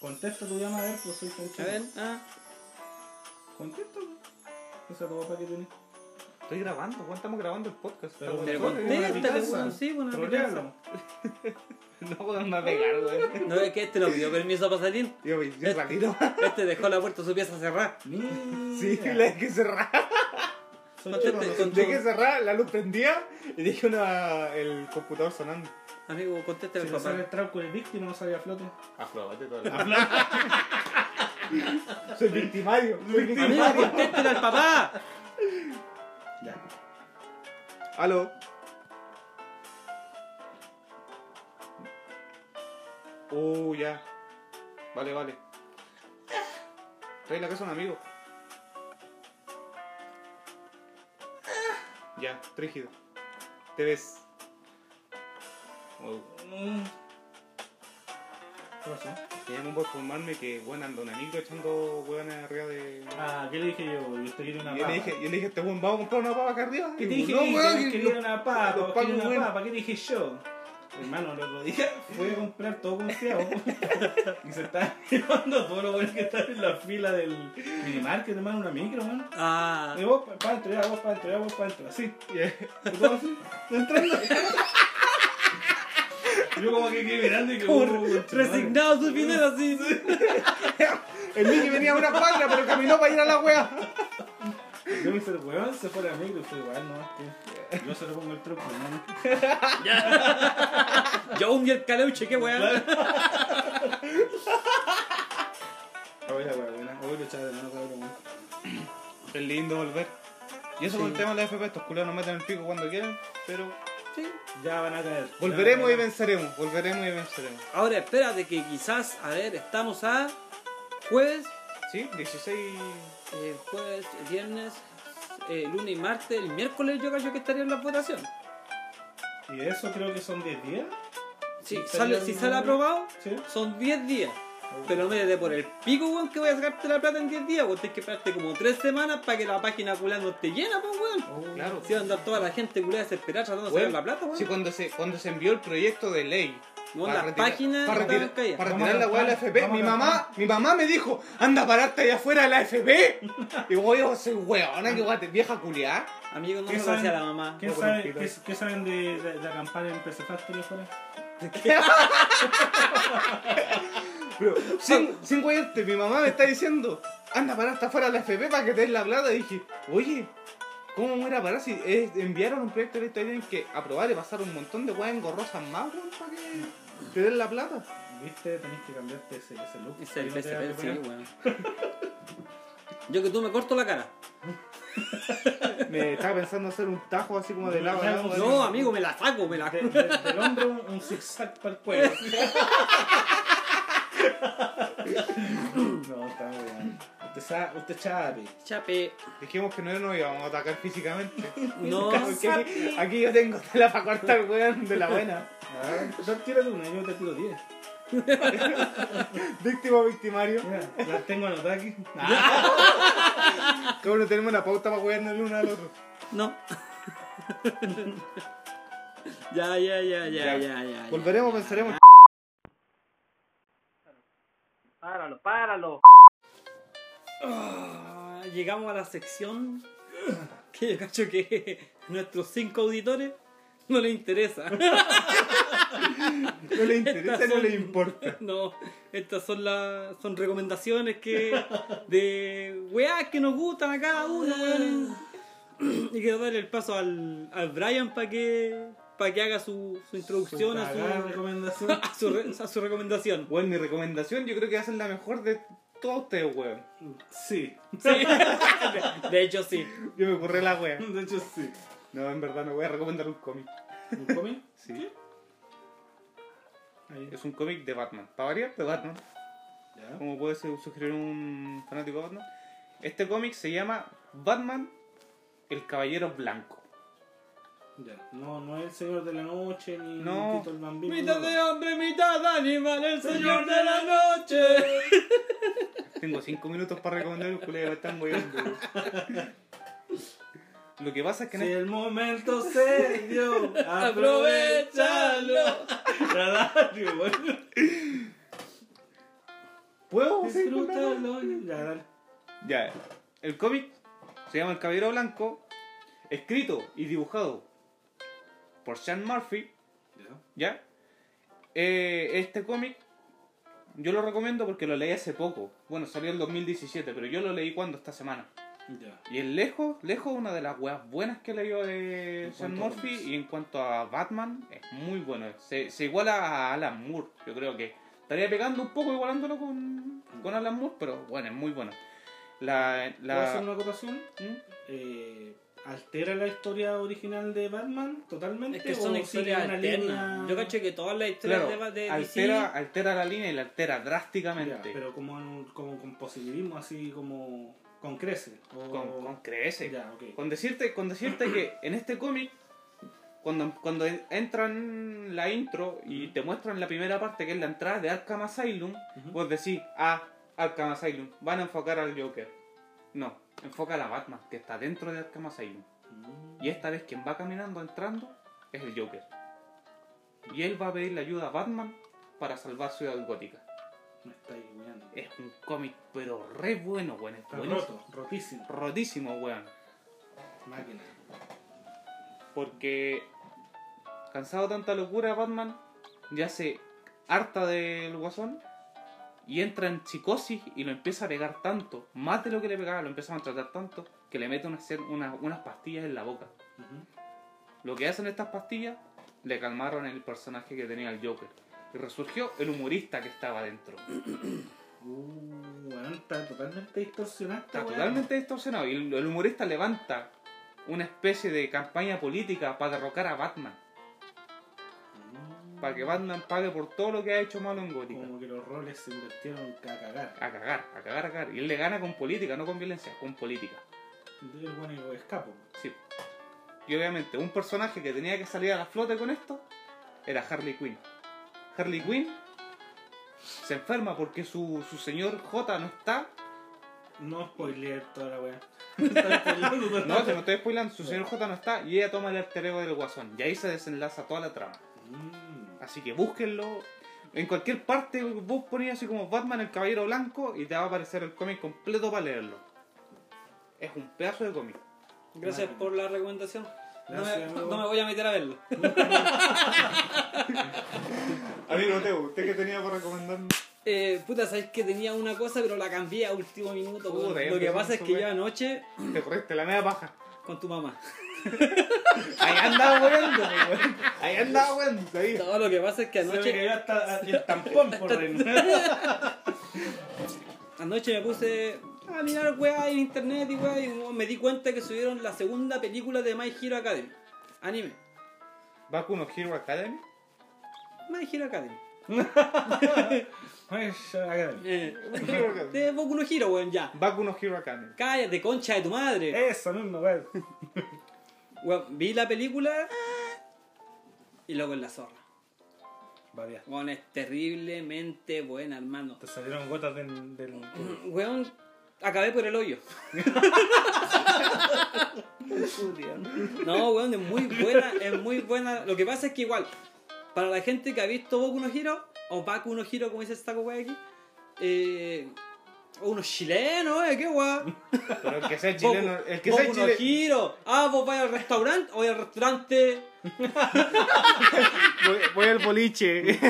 [SPEAKER 2] Contesta tu llamada, a ver, pues soy
[SPEAKER 3] A
[SPEAKER 2] conchito.
[SPEAKER 3] ver, ah.
[SPEAKER 2] Contesta, weón. Esa es tu papá que tiene.
[SPEAKER 4] Estoy grabando, weón, estamos grabando el podcast.
[SPEAKER 2] Pero
[SPEAKER 4] Estamos
[SPEAKER 3] Pero
[SPEAKER 4] solos,
[SPEAKER 2] conté-
[SPEAKER 4] weón.
[SPEAKER 3] contéstale,
[SPEAKER 2] picaza.
[SPEAKER 3] weón. Sí, con una picaza.
[SPEAKER 2] Trolealo.
[SPEAKER 4] No podemos a pegar, weón.
[SPEAKER 3] No es que este no pidió permiso para salir.
[SPEAKER 4] Yo, güey, yo salí, ¿no?
[SPEAKER 3] Este dejó la puerta de su pieza cerrada.
[SPEAKER 2] Mira.
[SPEAKER 4] Sí, la dejé cerrada.
[SPEAKER 2] Soy
[SPEAKER 3] Conteste,
[SPEAKER 2] choro, no
[SPEAKER 3] con-
[SPEAKER 4] Dejé cerrada, la luz prendía y dejé una, el computador sonando.
[SPEAKER 3] Amigo, contéstale
[SPEAKER 2] Si
[SPEAKER 3] al
[SPEAKER 2] le sale
[SPEAKER 3] papá.
[SPEAKER 2] el trauco el víctima, no sale a flote.
[SPEAKER 4] Aflóbate toda la Soy victimario. Soy
[SPEAKER 3] Amigo,
[SPEAKER 4] victimario.
[SPEAKER 3] contéstale al papá.
[SPEAKER 2] Ya.
[SPEAKER 4] Aló. Oh, ya. Vale, vale. Trae la casa a un amigo. Ya, trígido. Te ves. Oh,
[SPEAKER 2] Mm. ¿Qué pasó?
[SPEAKER 4] te llamo por formarme que, bueno, anda una micro echando hueones arriba de...
[SPEAKER 2] Ah, ¿qué le dije yo? Yo estoy en una
[SPEAKER 4] Y yo
[SPEAKER 2] papa.
[SPEAKER 4] le dije, yo le dije, este weón, vamos a comprar una papa acá arriba.
[SPEAKER 2] ¿Qué
[SPEAKER 4] Y
[SPEAKER 2] te dije?
[SPEAKER 4] dijo, no,
[SPEAKER 2] yo?
[SPEAKER 4] weón,
[SPEAKER 2] que
[SPEAKER 4] que
[SPEAKER 2] quería una papa,
[SPEAKER 4] los
[SPEAKER 2] vos
[SPEAKER 4] pacos,
[SPEAKER 2] querías una
[SPEAKER 4] weón.
[SPEAKER 2] papa, ¿qué dije yo? Hermano, el otro día fue a comprar todo confiado y se está llevando todo lo bueno que está en la fila del minimarket, hermano, una micro, hermano.
[SPEAKER 3] Ah.
[SPEAKER 2] Y vos para adentro, ya, vos para adentro, ya, vos para adentro, así.
[SPEAKER 4] Yeah.
[SPEAKER 2] Y todo así, entrando. Yo como que quedé mirando y que...
[SPEAKER 3] Como
[SPEAKER 2] uh, conchetumare.
[SPEAKER 3] Resignado su final así.
[SPEAKER 4] El niño venía a una cuadra, pero caminó para ir a la wea.
[SPEAKER 2] Yo me hice el weón, se fue a la micro y fue igual, no, Este. tío. Yo se lo pongo el truco, hermano.
[SPEAKER 3] Yo hundí el caleuche, qué weá.
[SPEAKER 2] Hoy la buena, hoy lo echaba de mano, cabrón. weón.
[SPEAKER 4] Es lindo volver. Y eso con el tema de la FP, estos culeros nos meten el pico cuando quieren, pero
[SPEAKER 3] Sí.
[SPEAKER 2] Ya van a caer.
[SPEAKER 4] volveremos y
[SPEAKER 2] Ya van a
[SPEAKER 4] venceremos, volveremos y venceremos.
[SPEAKER 3] Ahora espérate que quizás, a ver, estamos a jueves,
[SPEAKER 4] ¿Sí? 16...
[SPEAKER 3] eh, jueves, viernes, eh, lunes y martes, el miércoles yo creo que estaría en la votación.
[SPEAKER 2] Y de eso creo que son 10 días.
[SPEAKER 3] Si
[SPEAKER 2] ¿Estaría
[SPEAKER 3] sale,
[SPEAKER 2] el
[SPEAKER 3] si
[SPEAKER 2] número?
[SPEAKER 3] sale aprobado,
[SPEAKER 2] Sí.
[SPEAKER 3] son 10 días. Pero métete por el pico, weón, que voy a sacarte la plata en 10 días, weón. Tienes que esperarte como 3 semanas para que la página culada no te llena, pues,
[SPEAKER 2] Oh.
[SPEAKER 3] weón.
[SPEAKER 1] Claro.
[SPEAKER 3] Si va a andar toda la gente culada desesperada tratando de
[SPEAKER 4] Weón,
[SPEAKER 3] sacar la plata, weón.
[SPEAKER 4] Sí, cuando se, cuando se envió el proyecto de ley.
[SPEAKER 3] Weón,
[SPEAKER 4] para
[SPEAKER 3] la
[SPEAKER 4] retirar-
[SPEAKER 3] página no
[SPEAKER 4] para retirar,
[SPEAKER 3] estaba caída.
[SPEAKER 4] para
[SPEAKER 2] Vamos
[SPEAKER 4] retirar
[SPEAKER 2] a
[SPEAKER 4] la weá de la
[SPEAKER 2] cantar,
[SPEAKER 4] FP.
[SPEAKER 2] vamos
[SPEAKER 4] Mi
[SPEAKER 2] a
[SPEAKER 4] mamá, mi mamá me dijo, anda a pararte allá afuera de la FP. y voy yo soy weona, que weá, te- ¿eh? vieja culiá.
[SPEAKER 3] Amigo, no
[SPEAKER 2] ¿Qué
[SPEAKER 3] se lo
[SPEAKER 2] saben?
[SPEAKER 3] hacía la mamá.
[SPEAKER 2] ¿Qué,
[SPEAKER 4] No,
[SPEAKER 2] sabe-
[SPEAKER 4] pero-
[SPEAKER 2] qué, qué saben de, de- de la campaña en PC Factory afuera?
[SPEAKER 4] Pero
[SPEAKER 2] Ah.
[SPEAKER 4] sin, sin guayarte, mi mamá me está diciendo, anda a pararte afuera de la FP para que te den la plata. Y dije, oye, ¿cómo me voy a ir a parar si eh, enviaron un proyecto de ley todavía tienen que aprobar y pasar un montón de weas engorrosas más, weón, para que te den la plata?
[SPEAKER 2] ¿Viste? Tenés que cambiarte ese, ese look.
[SPEAKER 3] Ese es el
[SPEAKER 2] Ahí no te
[SPEAKER 3] PSP, sí,
[SPEAKER 2] da vergüenza.
[SPEAKER 3] este weón. Yo que tú me corto la cara.
[SPEAKER 4] Me estaba pensando hacer un tajo así como de lado a lado,
[SPEAKER 2] Bueno,
[SPEAKER 3] No, amigo, me la saco, me la
[SPEAKER 2] De- de- del hombro un, un zigzag para el cuello. no, está bien. Usted sabe, usted sabe.
[SPEAKER 3] Chape.
[SPEAKER 4] Dijimos que no nos íbamos a atacar físicamente.
[SPEAKER 3] No,
[SPEAKER 4] Porque aquí, aquí yo tengo tela para cortar, weón, de la buena.
[SPEAKER 2] Ah, Yo tiro de una, yo te tiro 10.
[SPEAKER 4] Víctima o victimario.
[SPEAKER 2] Mira, la tengo anotada aquí.
[SPEAKER 4] Como no tenemos la pauta para wearnos el uno al otro.
[SPEAKER 3] no. ya, ya, ya, ya, ya, ya, ya.
[SPEAKER 4] Volveremos, pensaremos.
[SPEAKER 6] Páralo, páralo.
[SPEAKER 3] Ah, llegamos a la sección que yo cacho que nuestros cinco auditores no les interesa.
[SPEAKER 4] No le interesa, no le importa.
[SPEAKER 3] No, estas son las son recomendaciones que de weá que nos gustan a cada uno, weón. Y quiero darle el paso al, al Brian para que para que haga su, su introducción a,
[SPEAKER 2] Cagada
[SPEAKER 3] su,
[SPEAKER 2] recomendación.
[SPEAKER 3] a, su re- a su recomendación.
[SPEAKER 4] Weón, mi recomendación yo creo que va a ser la mejor de todos ustedes, weón.
[SPEAKER 2] Sí,
[SPEAKER 3] Sí. De- De hecho sí.
[SPEAKER 4] Yo me ocurre la wea.
[SPEAKER 2] de hecho sí.
[SPEAKER 4] No, en verdad no voy a recomendar un cómic.
[SPEAKER 2] ¿Un cómic?
[SPEAKER 4] Sí.
[SPEAKER 2] Ahí.
[SPEAKER 4] Es un cómic de Batman. Para variar, de Batman.
[SPEAKER 2] Ya.
[SPEAKER 4] Como puede ser- sugerir un fanático de Batman. Este cómic se llama Batman, el Caballero Blanco.
[SPEAKER 2] Ya. No, no es el Señor de la Noche ni
[SPEAKER 4] No.
[SPEAKER 2] ni Tito el Bambino.
[SPEAKER 3] Mitad
[SPEAKER 2] no.
[SPEAKER 3] de hombre, mitad de animal, el señor de la noche.
[SPEAKER 4] Tengo cinco minutos para recomendar el culé, me están weyando. Lo que pasa es que en
[SPEAKER 2] Si el momento se dio,
[SPEAKER 3] Aprovechalo.
[SPEAKER 2] Agradable, bueno.
[SPEAKER 4] este- ¿Puedo? seguir contando?
[SPEAKER 2] Disfrútalo. Ya, dale.
[SPEAKER 4] Ya, el cómic se llama El Caballero Blanco, escrito y dibujado por Sean Murphy, ¿ya? Eh, este cómic yo lo recomiendo porque lo leí hace poco. Bueno, salió en 2017, pero yo lo leí cuando esta semana.
[SPEAKER 2] Ya.
[SPEAKER 4] Y es lejos, lejos una de las weas buenas que leyó de
[SPEAKER 2] En
[SPEAKER 4] Sean
[SPEAKER 2] cuanto a
[SPEAKER 4] Murphy
[SPEAKER 2] cómics.
[SPEAKER 4] y en cuanto a Batman es muy bueno. Se, se iguala a Alan Moore, yo creo que estaría pegando un poco igualándolo con, con Alan Moore, pero bueno, es muy bueno. La,
[SPEAKER 2] ¿Puedo hacer
[SPEAKER 4] la,
[SPEAKER 2] una acotación?
[SPEAKER 4] ¿Mm?
[SPEAKER 2] Eh, ¿Altera la historia original de Batman totalmente?
[SPEAKER 3] Es que son
[SPEAKER 2] ¿O
[SPEAKER 3] historias
[SPEAKER 2] Oh, sigue una
[SPEAKER 3] alternas.
[SPEAKER 2] línea?
[SPEAKER 3] Yo caché que todas las historias de-
[SPEAKER 4] Claro,
[SPEAKER 3] de, DC
[SPEAKER 4] altera, altera la línea y la altera
[SPEAKER 2] Ya,
[SPEAKER 4] drásticamente.
[SPEAKER 2] pero como, en un- como con positivismo, así como con crece. O...
[SPEAKER 4] con, con creces.
[SPEAKER 2] Ya, ok.
[SPEAKER 4] Con decirte, con decirte que en este cómic, cuando, cuando entran la intro y te muestran la primera parte, que es la entrada de Arkham Asylum,
[SPEAKER 2] Ujú.
[SPEAKER 4] vos decís, ah, Arkham Asylum, van a enfocar al Joker. No, enfoca a la Batman, que está dentro de Arkham Asylum.
[SPEAKER 2] Mm.
[SPEAKER 4] Y esta vez quien va caminando, entrando, es el Joker. Y él va a pedirle ayuda a Batman para salvar Ciudad Gótica.
[SPEAKER 2] Me estáis weando.
[SPEAKER 4] Es un cómic, pero re bueno, weón. Es
[SPEAKER 2] Está
[SPEAKER 4] buenísimo.
[SPEAKER 2] roto, rotísimo.
[SPEAKER 4] Rotísimo, weón.
[SPEAKER 2] Máquina.
[SPEAKER 4] Porque cansado de tanta locura, Batman ya se harta del guasón y entra en psicosis y lo empieza a pegar tanto, más de lo que le pegaba, lo empieza a maltratar tanto, que le mete unas, cer- unas- unas pastillas en la boca.
[SPEAKER 2] Ujú.
[SPEAKER 4] Lo que hacen estas pastillas le calmaron el personaje que tenía el Joker. Y resurgió el humorista que estaba dentro.
[SPEAKER 2] Uh, weón, está totalmente distorsionada. esta
[SPEAKER 4] Está
[SPEAKER 2] weá.
[SPEAKER 4] totalmente distorsionado. Y el el humorista levanta una especie de campaña política para derrocar a Batman.
[SPEAKER 2] Mm.
[SPEAKER 4] Para que Batman pague por todo lo que ha hecho malo en Gótica.
[SPEAKER 2] Como que los roles se invirtieron a cagar.
[SPEAKER 4] Ah. A cagar, a cagar, a cagar. Y él le gana con política, no con violencia, con política.
[SPEAKER 2] El bueno escapo.
[SPEAKER 4] Sí. Y obviamente, un personaje que tenía que salir a la flota con esto era Harley Quinn. Harley Quinn se enferma porque su, su señor J no está.
[SPEAKER 2] No spoiler toda la weá. Está spoileando toda la
[SPEAKER 4] No, te
[SPEAKER 2] weá.
[SPEAKER 4] lo estoy spoilando, su señor J no está y ella toma el alter ego del guasón. Y ahí se desenlaza toda la trama.
[SPEAKER 2] Mm.
[SPEAKER 4] Así que búsquenlo. En cualquier parte vos ponías así como Batman el Caballero Blanco y te va a aparecer el cómic completo para leerlo. Es un pedazo de cómic.
[SPEAKER 3] Gracias
[SPEAKER 2] Claro.
[SPEAKER 3] por la recomendación. No me,
[SPEAKER 2] Gracias, amigo.
[SPEAKER 3] no me voy a meter a verlo.
[SPEAKER 4] Amigo Teo, ¿usted qué tenía para recomendarme?
[SPEAKER 3] Eh, puta, sabes que tenía una cosa, pero la cambié a último minuto.
[SPEAKER 4] Puta,
[SPEAKER 3] weón.
[SPEAKER 4] ya
[SPEAKER 3] Lo que
[SPEAKER 4] empezamos
[SPEAKER 3] pasa es
[SPEAKER 4] con
[SPEAKER 3] que
[SPEAKER 4] weá.
[SPEAKER 3] yo anoche
[SPEAKER 4] Te corriste la media paja.
[SPEAKER 3] con tu mamá.
[SPEAKER 4] Ahí andaba weando, pues, weón. Ahí andaba weando, ahí.
[SPEAKER 3] No, lo que pasa es que
[SPEAKER 2] Se me
[SPEAKER 3] anoche,
[SPEAKER 2] cayó hasta el tampón por dentro.
[SPEAKER 3] anoche me puse a mirar weá en internet y weá, y weón, me di cuenta que subieron la segunda película de My Hero Academy. Anime.
[SPEAKER 4] ¿Baku no Hero Academy?
[SPEAKER 3] My Hero Academy.
[SPEAKER 2] Ay, ya, hágale.
[SPEAKER 3] Eh,
[SPEAKER 4] Hero Academy.
[SPEAKER 3] de Boku no Hero, weón, ya.
[SPEAKER 4] Baku no Hero Academy.
[SPEAKER 3] Cállate, concha de tu madre.
[SPEAKER 4] Eh.
[SPEAKER 2] Eso mismo, weón.
[SPEAKER 3] Weón, vi la película y luego en la zorra.
[SPEAKER 2] Varias.
[SPEAKER 3] Weón, es terriblemente buena, hermano.
[SPEAKER 2] Te salieron gotas del. del...
[SPEAKER 3] Weón, acabé por el hoyo. no, weón, es muy buena, es muy buena. Lo que pasa es que igual, para la gente que ha visto Boku no Hero, o Baku no Hero, como dice esta wea aquí, eh, o unos chilenos, eh, qué wea.
[SPEAKER 4] Pero el que sea chileno,
[SPEAKER 3] Boku-
[SPEAKER 4] el que sea
[SPEAKER 3] Boku no
[SPEAKER 4] chileno,
[SPEAKER 3] Hero. Ah, vos vais al restaurante, o al restaurante.
[SPEAKER 4] voy, voy al boliche.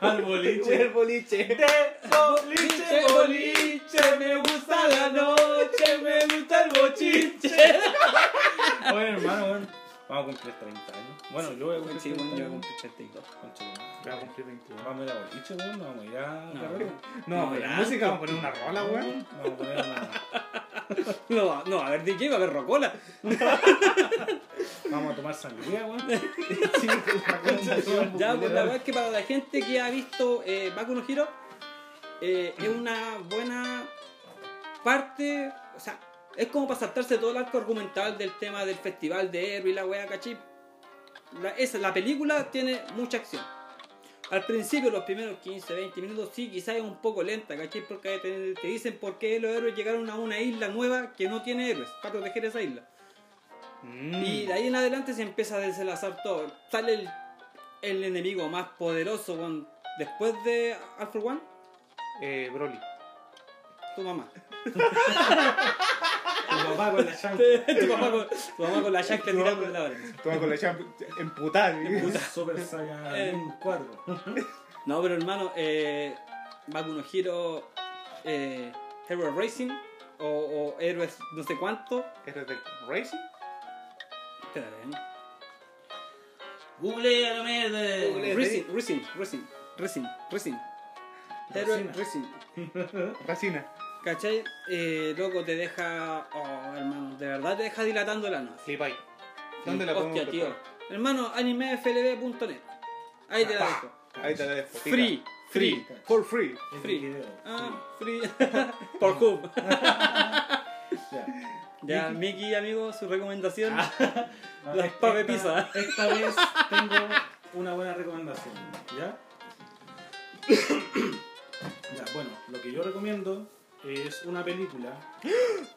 [SPEAKER 2] Al boliche.
[SPEAKER 4] boliche.
[SPEAKER 3] Boliche, boliche, me gusta la noche, me gusta el bochinche.
[SPEAKER 2] Oye, hermano, weón. Vamos a cumplir 30 años. Bueno, yo voy a cumplir
[SPEAKER 3] Sí, bueno,
[SPEAKER 2] 30
[SPEAKER 3] yo
[SPEAKER 2] años.
[SPEAKER 3] compré 32.
[SPEAKER 2] Concha de madre.
[SPEAKER 4] Voy a cumplir 21.
[SPEAKER 2] Vamos a ir a boliche, weón. Vamos a ir a.
[SPEAKER 3] No.
[SPEAKER 2] carrera.
[SPEAKER 4] No,
[SPEAKER 3] No,
[SPEAKER 4] pero
[SPEAKER 3] ya.
[SPEAKER 4] música, vamos a poner una rola, weón.
[SPEAKER 2] Vamos a poner una-
[SPEAKER 3] No, va- no, a ver DJ, va a ver Rocola.
[SPEAKER 2] Vamos a tomar sangría, weón.
[SPEAKER 4] Sí, la concha de su madre.
[SPEAKER 3] Ya, pues la verdad es que para la gente que ha visto eh, Baku no Hero, eh, es una buena parte, o sea, es como para saltarse todo el arco argumental del tema del festival de héroe y la wea, cachip. La, esa, la película tiene mucha acción. Al principio, los primeros 15, 20 minutos, sí, quizás es un poco lenta, ¿cachai? Porque te, te dicen por qué los héroes llegaron a una isla nueva que no tiene héroes, para proteger esa isla.
[SPEAKER 4] Mm.
[SPEAKER 3] Y de ahí en adelante se empieza a desenlazar todo. Sale el, el enemigo más poderoso weón, después de Alpha One,
[SPEAKER 4] Eh, Broly.
[SPEAKER 3] tu mamá.
[SPEAKER 2] Tu papá con la chancla.
[SPEAKER 3] tu, mamá con, tu mamá con la chancla
[SPEAKER 4] Tu mamá
[SPEAKER 3] tirando
[SPEAKER 4] con-
[SPEAKER 3] la oreja.
[SPEAKER 4] Toma con la champ emputada. ¿sí?
[SPEAKER 2] Un Super Saiyan
[SPEAKER 3] Eh.
[SPEAKER 2] un cuadro.
[SPEAKER 3] No, pero hermano, eh, Baku no Hero, eh, Hero Racing o, o Héroes no sé cuánto.
[SPEAKER 4] ¿Eres de Racing?
[SPEAKER 3] Espérate, ¿eh?
[SPEAKER 2] Google a la mierda.
[SPEAKER 4] Google.
[SPEAKER 3] Racing, Racing, Racing, Racing, Racing. Héroes
[SPEAKER 2] Racina.
[SPEAKER 3] Racing.
[SPEAKER 4] Racina.
[SPEAKER 3] ¿Cachai? Eh, loco, te deja. Oh, hermano, de verdad te deja dilatando la noche.
[SPEAKER 4] Flipay. ¿Dónde la pongo?
[SPEAKER 3] Hostia, tío. Hermano, animeflb.net. Ahí te la dejo.
[SPEAKER 4] Ahí te Ah, la dejo. pica.
[SPEAKER 3] Free, free,
[SPEAKER 4] For free.
[SPEAKER 3] Free. ah, free. Por Hub. Ya, Mickey, amigo, su recomendación.
[SPEAKER 4] Ah,
[SPEAKER 3] Las pape
[SPEAKER 2] pape
[SPEAKER 3] pizza.
[SPEAKER 2] Esta vez tengo una buena recomendación. ¿Ya? ya, bueno, lo que yo recomiendo es una película.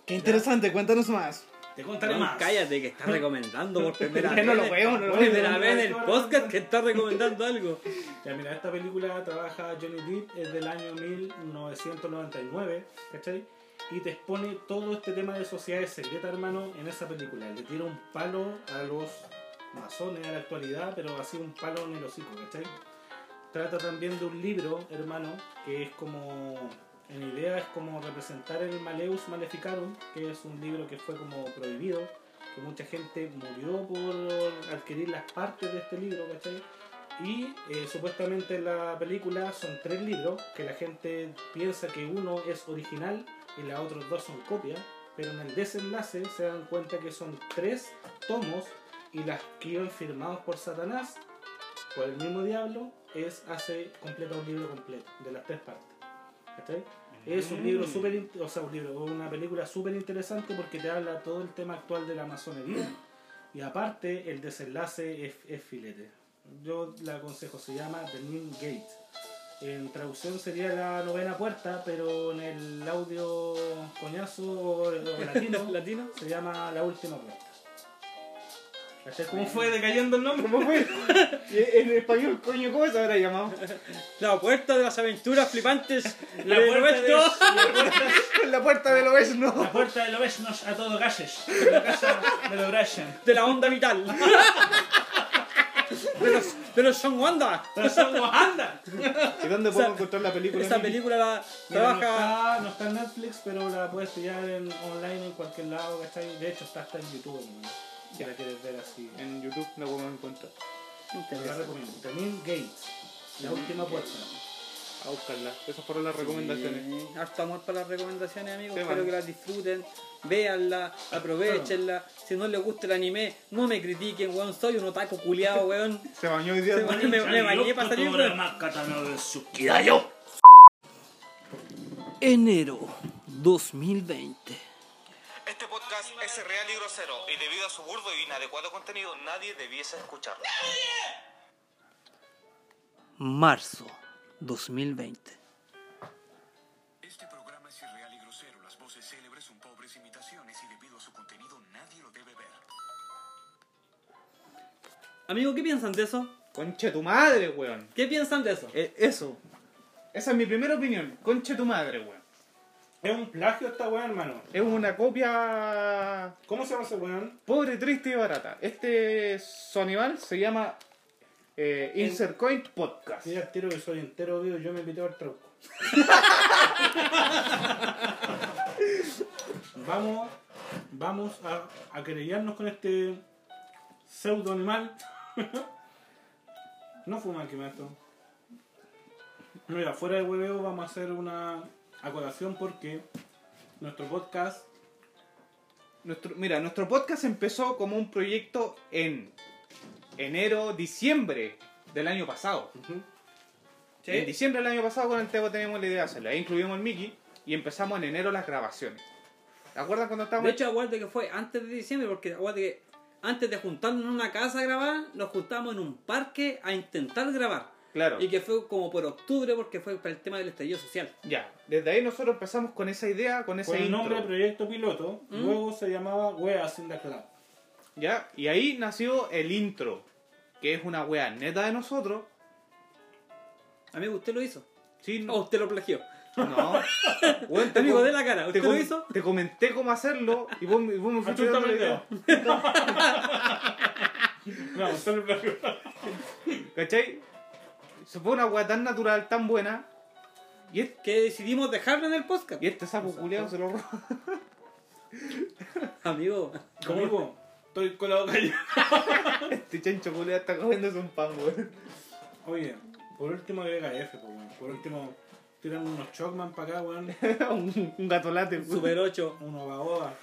[SPEAKER 4] Qué interesante, cuéntanos más.
[SPEAKER 2] Te contaré más.
[SPEAKER 3] cállate que está recomendando por primera
[SPEAKER 4] Que
[SPEAKER 3] vez.
[SPEAKER 4] no lo veo, no lo
[SPEAKER 3] por
[SPEAKER 4] veo.
[SPEAKER 3] primera vez en el podcast que está recomendando algo.
[SPEAKER 2] Ya, mira, esta película trabaja Johnny Depp, es del año 1999, ¿cachai? Y te expone todo este tema de sociedades secretas, hermano, en esa película. Le tira un palo a los masones a la actualidad, pero así un palo en el hocico, ¿cachai? Trata también de un libro, hermano, que es como. En idea es como representar el Maleus Maleficarum, que es un libro que fue como prohibido, que mucha gente murió por adquirir las partes de este libro, ¿cachai? Y eh, supuestamente en la película son tres libros que la gente piensa que uno es original y los otros dos son copias, pero en el desenlace se dan cuenta que son tres tomos y las que iban firmados por Satanás, por el mismo diablo, es hace completa un libro completo de las tres partes. ¿Cachai? Es un libro súper, in- o sea, un libro, una película súper interesante porque te habla todo el tema actual de la masonería y aparte el desenlace es, es filete. Yo la aconsejo, se llama The New Gate. En traducción sería la novena puerta, pero en el audio coñazo o, o latino
[SPEAKER 3] ¿Latino?
[SPEAKER 2] se llama La última puerta. ¿Cachai? ¿Cómo fue decayendo el nombre?
[SPEAKER 4] ¿Cómo fue? en español, coño, ¿cómo se habrá llamado?
[SPEAKER 3] La puerta de las aventuras flipantes.
[SPEAKER 2] La
[SPEAKER 3] de
[SPEAKER 2] puerta de-
[SPEAKER 3] Roberto.
[SPEAKER 4] La puerta del oeste, no.
[SPEAKER 2] La puerta de Lobesnos a todo gases. De la casa de Lobrashan.
[SPEAKER 3] de la onda vital. de los, de los Son Wanda.
[SPEAKER 2] Pero somos anda.
[SPEAKER 4] ¿Y dónde puedo encontrar la película?
[SPEAKER 3] Esta
[SPEAKER 4] Nicky?
[SPEAKER 3] película la
[SPEAKER 2] Mira,
[SPEAKER 3] trabaja.
[SPEAKER 2] No, está, no está en Netflix, pero la puedes pillar en, online en cualquier lado, ¿cachai? De hecho, está hasta en YouTube, hermano. Si la quieres ver así.
[SPEAKER 4] En YouTube la puedo encontrar.
[SPEAKER 2] Te la recomiendo. También Gates. La última puerta.
[SPEAKER 4] A buscarla. Esas fueron las recomendaciones.
[SPEAKER 3] Sí, Eh, harto amor para las recomendaciones, amigos.
[SPEAKER 4] Sí,
[SPEAKER 3] Espero
[SPEAKER 4] bueno.
[SPEAKER 3] que las disfruten. Véanla, aprovechenla. Si no les gusta el anime, no me critiquen, weón. Soy un otaku culiado, weón.
[SPEAKER 4] Se bañó hoy día.
[SPEAKER 3] Se bañó. Me- me bañé para salir, pero- Enero 2020.
[SPEAKER 7] Este podcast es real y grosero y debido a su burdo e inadecuado contenido nadie debiese escucharlo.
[SPEAKER 3] Marzo 2020.
[SPEAKER 7] Este programa es irreal y grosero. Las voces célebres son pobres imitaciones y debido a su contenido nadie lo debe ver.
[SPEAKER 3] Amigo, ¿qué piensan de eso?
[SPEAKER 4] Concha tu madre, weón.
[SPEAKER 3] ¿Qué piensan de eso?
[SPEAKER 4] Eh, eso. Esa es mi primera opinión. Concha tu madre, weón.
[SPEAKER 2] Es un plagio esta weá, hermano.
[SPEAKER 4] Es una copia
[SPEAKER 2] ¿Cómo se llama ese weón?
[SPEAKER 4] pobre, triste y barata. Este Sonival se llama eh, Insert Coin Podcast.
[SPEAKER 2] Mira el tiro que soy entero vivo, yo me invité al truco. vamos, vamos a, a querellarnos con este pseudo animal. no fuma el esto. Mira, fuera de hueveo vamos a hacer una acotación porque nuestro podcast
[SPEAKER 4] Nuestro- mira, nuestro podcast empezó como un proyecto en enero, diciembre del año pasado. En diciembre del año pasado con Antego teníamos la idea de hacerlo. Ahí incluimos el Mickey y empezamos en enero las grabaciones. ¿Te acuerdas cuando estábamos?
[SPEAKER 3] De hecho, acuérdate que fue antes de diciembre, porque acuérdate que antes de juntarnos en una casa a grabar, nos juntamos en un parque a intentar grabar.
[SPEAKER 4] claro.
[SPEAKER 3] Y que fue como por octubre, porque fue para el tema del estallido social.
[SPEAKER 4] Ya, desde ahí nosotros empezamos con esa idea, con ese
[SPEAKER 2] con el
[SPEAKER 4] intro.
[SPEAKER 2] nombre de Proyecto Piloto,
[SPEAKER 3] ¿Mm?
[SPEAKER 2] luego se llamaba Weas in the Club.
[SPEAKER 4] Ya, y ahí nació el intro, que es una wea neta de nosotros.
[SPEAKER 3] Amigo, usted lo hizo.
[SPEAKER 4] Sí,
[SPEAKER 3] O usted lo plagió.
[SPEAKER 4] No. Weón,
[SPEAKER 3] Oh. Amigo,
[SPEAKER 4] com-
[SPEAKER 3] dé la cara. ¿Usted
[SPEAKER 4] te com-
[SPEAKER 3] lo hizo?
[SPEAKER 4] Te comenté cómo hacerlo y vos, me- y vos me fuiste
[SPEAKER 2] Achúntame
[SPEAKER 4] dando la
[SPEAKER 2] el
[SPEAKER 4] idea.
[SPEAKER 2] No, solo el plagio.
[SPEAKER 4] ¿Cachai? Se fue una weá tan natural, tan buena. Y este,
[SPEAKER 3] Que decidimos dejarlo en el podcast.
[SPEAKER 4] y este sapo culiado se lo robó.
[SPEAKER 3] Amigo,
[SPEAKER 2] Conmigo, estoy con la boca llena.
[SPEAKER 4] Este chancho culiado está comiéndose un pan, weón.
[SPEAKER 2] Oye, por último agrega F, po, weón. Por último, tiran unos Chocman para acá, weón.
[SPEAKER 4] un, un gatolate. weón.
[SPEAKER 3] Super 8,
[SPEAKER 2] Unos baboa.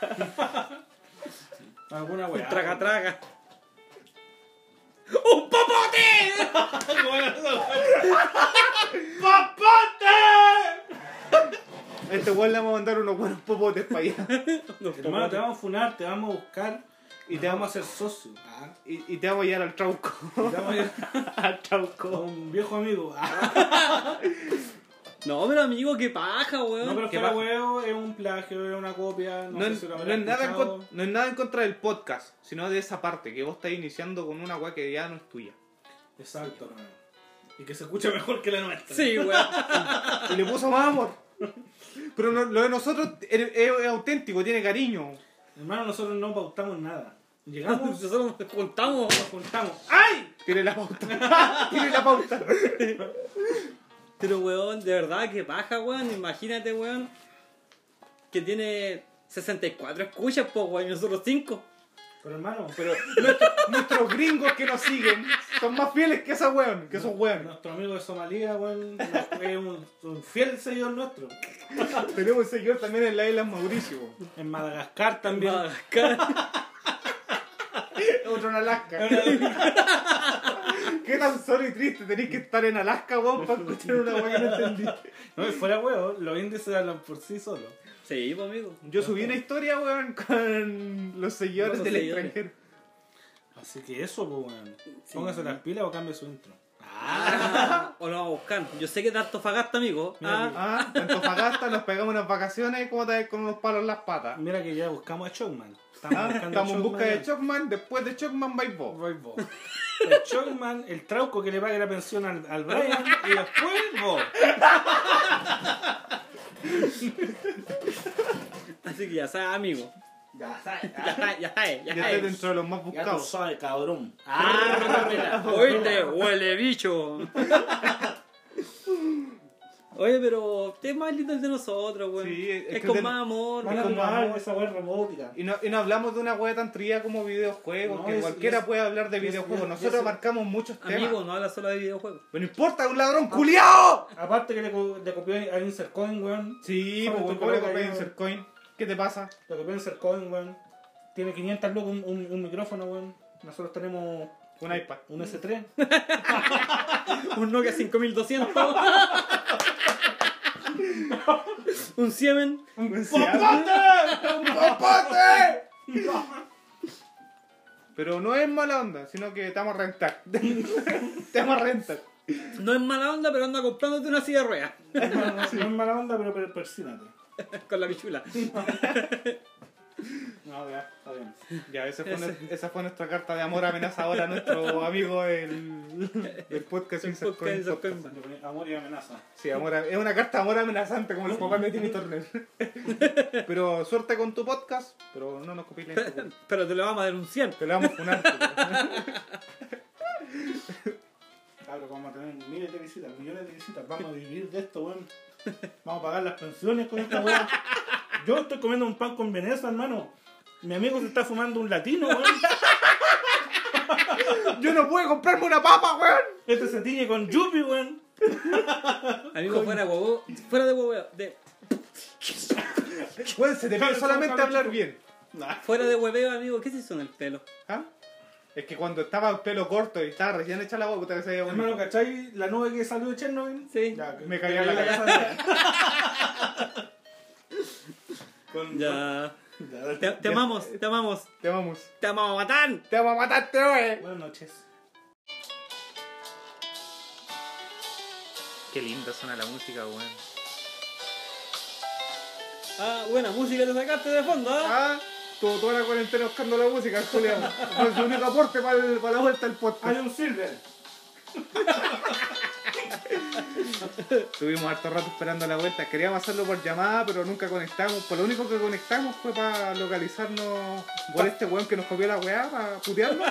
[SPEAKER 2] Alguna weá.
[SPEAKER 3] traga traga.
[SPEAKER 4] A este weón le vamos a mandar unos buenos popotes para allá.
[SPEAKER 2] Hermano, te vamos a funar, te vamos a buscar y te vamos a hacer socio. Ah,
[SPEAKER 4] Y, y te vamos a llevar al trauco.
[SPEAKER 2] y te vamos a ir
[SPEAKER 4] al
[SPEAKER 2] con
[SPEAKER 4] trauco.
[SPEAKER 2] un viejo amigo. Ah,
[SPEAKER 3] No, pero amigo, qué paja, weón.
[SPEAKER 2] no, pero
[SPEAKER 3] Ah, Qué
[SPEAKER 2] fuera
[SPEAKER 3] paja.
[SPEAKER 2] huevo, es un plagio, es una copia. No,
[SPEAKER 4] No,
[SPEAKER 2] sé
[SPEAKER 4] es-
[SPEAKER 2] si lo
[SPEAKER 4] no
[SPEAKER 2] habrán
[SPEAKER 4] es nada en
[SPEAKER 2] escuchado.
[SPEAKER 4] con- no es nada en contra del podcast, sino de esa parte que vos estás iniciando con una weá que ya no es tuya.
[SPEAKER 2] Exacto, hermano. Y que se escucha mejor que la nuestra.
[SPEAKER 3] Sí, weón.
[SPEAKER 4] Y le puso más amor. Pero no- lo de nosotros es, es- es auténtico, tiene cariño.
[SPEAKER 2] Hermano, nosotros no pautamos nada. Llegamos, nos
[SPEAKER 3] Nosotros nos juntamos.
[SPEAKER 2] juntamos. Ah,
[SPEAKER 4] ¡Ay! Tiene la pauta. tiene la pauta.
[SPEAKER 3] Pero weón, de verdad, qué paja, weón. Imagínate, weón, que tiene 64 escuchas, po, weón, y nosotros 5.
[SPEAKER 2] Pero hermano,
[SPEAKER 4] Pero nuestros, nuestros gringos que nos siguen son más fieles que esa weón, que esos weón.
[SPEAKER 2] Nuestro amigo de Somalia, weón, es un, un fiel seguidor nuestro.
[SPEAKER 4] Tenemos un seguidor también en la isla Mauricio.
[SPEAKER 2] En Madagascar también.
[SPEAKER 3] Ah, Madagascar.
[SPEAKER 4] Otro en Alaska. ¿Qué tan solo y triste tenéis que estar en Alaska, weón, para escuchar una weá que no entendí?
[SPEAKER 2] No, y fuera huevo, los índices hablan por sí solos.
[SPEAKER 3] Sí, pues amigo.
[SPEAKER 4] Yo subí una historia, weón, con los seguidores
[SPEAKER 3] Con los
[SPEAKER 4] del
[SPEAKER 3] seguidores.
[SPEAKER 4] extranjero.
[SPEAKER 2] Así que eso, pues, weón. Póngase las pilas o cambie su intro.
[SPEAKER 3] Ah, o lo vamos a buscar. Yo sé que es de Antofagasta, amigo.
[SPEAKER 2] Mira,
[SPEAKER 3] Ah,
[SPEAKER 4] Ah, en Antofagasta nos pegamos unas vacaciones, como te con unos palos en las patas.
[SPEAKER 2] Mira que ya buscamos a Chocman.
[SPEAKER 4] Ah, Estamos en busca de
[SPEAKER 2] Chocman.
[SPEAKER 4] Chocman, después de Chocman vais vos.
[SPEAKER 2] Voy vos. El Chocman, el trauco que le pague la pensión al, al Brian y después vos.
[SPEAKER 3] así que ya sabes, amigo.
[SPEAKER 2] Ya sabes. ah.
[SPEAKER 3] Ya sabes, ya sabes, ya
[SPEAKER 4] Ya estoy
[SPEAKER 3] sabes.
[SPEAKER 4] dentro de los más buscados.
[SPEAKER 2] sabes, cabrón.
[SPEAKER 3] Ah, oíste, huele bicho. Oye, pero es más lindo el de nosotros, weón.
[SPEAKER 4] Sí, es
[SPEAKER 3] es,
[SPEAKER 4] que
[SPEAKER 3] con
[SPEAKER 4] el de-
[SPEAKER 3] más amor,
[SPEAKER 2] Van a
[SPEAKER 3] weón.
[SPEAKER 2] tomar esa weá robótica.
[SPEAKER 4] Y no, y no hablamos de una wea tan tría como videojuegos,
[SPEAKER 2] No,
[SPEAKER 4] que
[SPEAKER 2] es-
[SPEAKER 4] cualquiera
[SPEAKER 2] es-
[SPEAKER 4] puede hablar de
[SPEAKER 2] es-
[SPEAKER 4] videojuegos.
[SPEAKER 2] es-
[SPEAKER 4] Nosotros
[SPEAKER 2] es-
[SPEAKER 4] abarcamos muchos temas.
[SPEAKER 3] Amigo, no habla solo de videojuegos.
[SPEAKER 4] Pero no importa, un ladrón
[SPEAKER 2] Ah.
[SPEAKER 4] culiao.
[SPEAKER 2] Aparte que le, co- le copió a Insercoin, weón.
[SPEAKER 4] Sí,
[SPEAKER 2] Sobre
[SPEAKER 4] pues
[SPEAKER 2] tu
[SPEAKER 4] weón, ¿cómo le
[SPEAKER 2] coloca
[SPEAKER 4] compré
[SPEAKER 2] ahí,
[SPEAKER 4] Insert Coin? ¿Qué te pasa?
[SPEAKER 2] Le copió a Insercoin, weón. Tiene 500 lucas un, un, un micrófono, weón. Nosotros tenemos
[SPEAKER 4] Un iPad.
[SPEAKER 2] un S3.
[SPEAKER 3] Un Nokia 5200. un Siemen.
[SPEAKER 4] ¡Un popote! ¡Un popote! Pero no es mala onda, sino que estamos a rentar. estamos a rentar.
[SPEAKER 3] No es mala onda, pero anda comprándote una silla de ruedas.
[SPEAKER 2] No, no, no es mala onda, pero per- persínate.
[SPEAKER 3] con la pichula.
[SPEAKER 2] No, ya, está bien.
[SPEAKER 4] Ya, esa fue, nue- esa fue nuestra carta de amor amenazadora a nuestro amigo del, del podcast
[SPEAKER 3] Un
[SPEAKER 4] Insert
[SPEAKER 3] podcast
[SPEAKER 4] Coin
[SPEAKER 3] de
[SPEAKER 4] Podcast.
[SPEAKER 3] Sospecha.
[SPEAKER 2] Le ponía Amor y amenaza.
[SPEAKER 4] Sí, amor a- es una carta de amor amenazante como los papás de Timmy Turner. Pero suerte con tu podcast, pero no nos copies la info, weón.
[SPEAKER 3] Pero te lo vamos a denunciar.
[SPEAKER 4] Te lo vamos a funar. pues. weón.
[SPEAKER 2] Cabrón, vamos a tener miles de visitas, millones de visitas. Vamos a vivir de esto, weón. Vamos a pagar las pensiones con esta weá. Yo estoy comiendo un pan con Veneza, hermano. Mi amigo se está fumando un latino, weón.
[SPEAKER 4] Yo no puedo comprarme una papa, weón.
[SPEAKER 2] Este se tiñe con Yupi, weón.
[SPEAKER 3] Amigo, fuera de huevo, fuera de hueveo, de-
[SPEAKER 4] Weón, se te pide solamente hablar bien.
[SPEAKER 3] fuera de hueveo, amigo, ¿qué se hizo en el pelo?
[SPEAKER 4] ¿Ah? Es que cuando estaba el pelo corto y estaba recién hecha la boca, te decía,
[SPEAKER 2] Hermano, ¿cachai? La nube que salió de Chernobyl.
[SPEAKER 3] Sí.
[SPEAKER 2] Ya,
[SPEAKER 4] me cagué en la
[SPEAKER 2] ya,
[SPEAKER 4] cabeza.
[SPEAKER 2] Con,
[SPEAKER 3] Ya.
[SPEAKER 2] ya.
[SPEAKER 3] Te, te amamos, te amamos,
[SPEAKER 4] Te amamos.
[SPEAKER 3] te amamos a matar.
[SPEAKER 4] Te vamos a matar, weón.
[SPEAKER 2] Buenas noches.
[SPEAKER 1] Qué linda suena la música, weón.
[SPEAKER 3] Ah, buena música te sacaste de fondo, ¿ah?
[SPEAKER 4] Ah, tuvo toda la cuarentena buscando la música, el Julián. Fue su único aporte para, el- para la vuelta al podcast.
[SPEAKER 2] Hay un silver.
[SPEAKER 4] Estuvimos harto rato esperando la vuelta. Queríamos hacerlo por llamada, pero nunca conectamos. Por lo único que conectamos fue para localizarnos por este weón que nos copió la weá, para putearlo.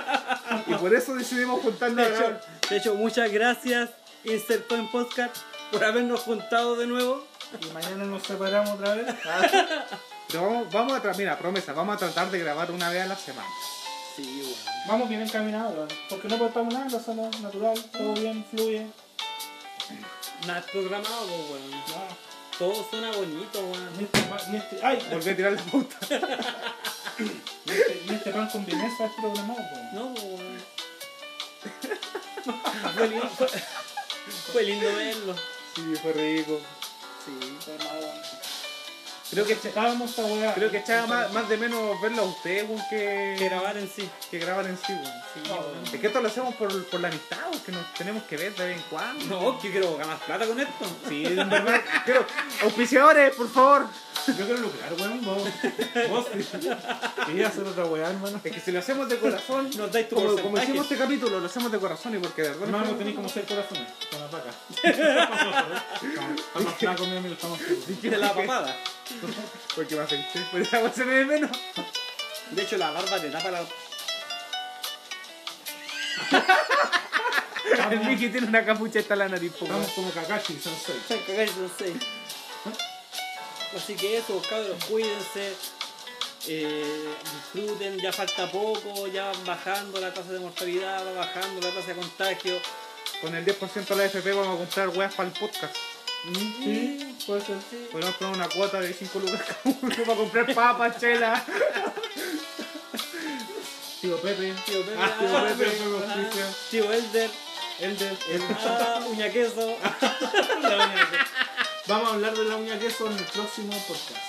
[SPEAKER 4] Y por eso decidimos juntarnos
[SPEAKER 3] De
[SPEAKER 4] a
[SPEAKER 3] hecho,
[SPEAKER 4] grabar.
[SPEAKER 3] de hecho, muchas gracias, Insert Coin Podcast, por habernos juntado de nuevo.
[SPEAKER 2] Y mañana nos separamos otra vez.
[SPEAKER 4] Pero vamos, vamos a tra- mira, promesa, vamos a tratar de grabar una vez a la semana.
[SPEAKER 3] Sí, weón.
[SPEAKER 2] Vamos bien encaminados, weón. Porque no cortamos nada, la zona natural, todo bien, fluye.
[SPEAKER 3] Nada programado, pues, weón.
[SPEAKER 2] Nada.
[SPEAKER 3] Todo suena bonito, weón.
[SPEAKER 2] Mister este Ma- Mister- ay,
[SPEAKER 4] Volví a tirar la puta.
[SPEAKER 2] Mister- Mister este, pan con vienesa es programado, weón.
[SPEAKER 3] No, pues, weón. Fue lindo, fue- fue lindo verlo.
[SPEAKER 4] Sí, fue rico.
[SPEAKER 3] Sí.
[SPEAKER 4] Creo que, echa-
[SPEAKER 2] Estábamos esta weá.
[SPEAKER 4] creo que echaba más, más de menos verlo a ustedes, weón, que,
[SPEAKER 3] que grabar en sí.
[SPEAKER 4] que grabar en sí, weón.
[SPEAKER 3] Sí,
[SPEAKER 2] No,
[SPEAKER 3] weón.
[SPEAKER 4] Es que esto lo hacemos por, por la amistad, weón, que nos tenemos que ver de vez en cuando.
[SPEAKER 3] No, que yo quiero ganar plata con esto.
[SPEAKER 4] Sí, en verdad. Pero, auspiciadores, por favor.
[SPEAKER 2] Yo quiero lucrar, weón. Vos, vos querías hacer otra weá, hermano.
[SPEAKER 4] Es que si lo hacemos de corazón,
[SPEAKER 3] Nos dais tu
[SPEAKER 4] como, como
[SPEAKER 3] porcentaje.
[SPEAKER 4] hicimos este capítulo, lo hacemos de corazón y porque de verdad.
[SPEAKER 2] Hermano, tenéis como seis corazones con las vacas. Estamos flacos, mi amigo, estamos flacos.
[SPEAKER 3] de la papada.
[SPEAKER 4] Porque me afecté, pero esa cosa me de menos.
[SPEAKER 3] De hecho, la barba te tapa la.
[SPEAKER 4] El Mickey tiene una capucha hasta la nariz, po,
[SPEAKER 2] Estamos como Kakashi, son seis.
[SPEAKER 3] Así que eso, cabros, cuídense. eh, disfruten, ya falta poco, ya van bajando la tasa de mortalidad, va bajando la tasa de contagio.
[SPEAKER 4] Con el 10% de la FP vamos a comprar weas para el podcast.
[SPEAKER 2] Sí, puede ser.
[SPEAKER 4] Podemos poner una cuota de 5 lucas cada uno para comprar papas, chela.
[SPEAKER 2] Tío Pepe.
[SPEAKER 3] Tío Pepe,
[SPEAKER 4] Ah, tío Pepe,
[SPEAKER 3] ah,
[SPEAKER 4] fue justicia.
[SPEAKER 3] tío Elder,
[SPEAKER 2] El de. El...
[SPEAKER 3] Ah, uña queso.
[SPEAKER 2] la uña de queso. Vamos a hablar de la uña de queso en el próximo podcast.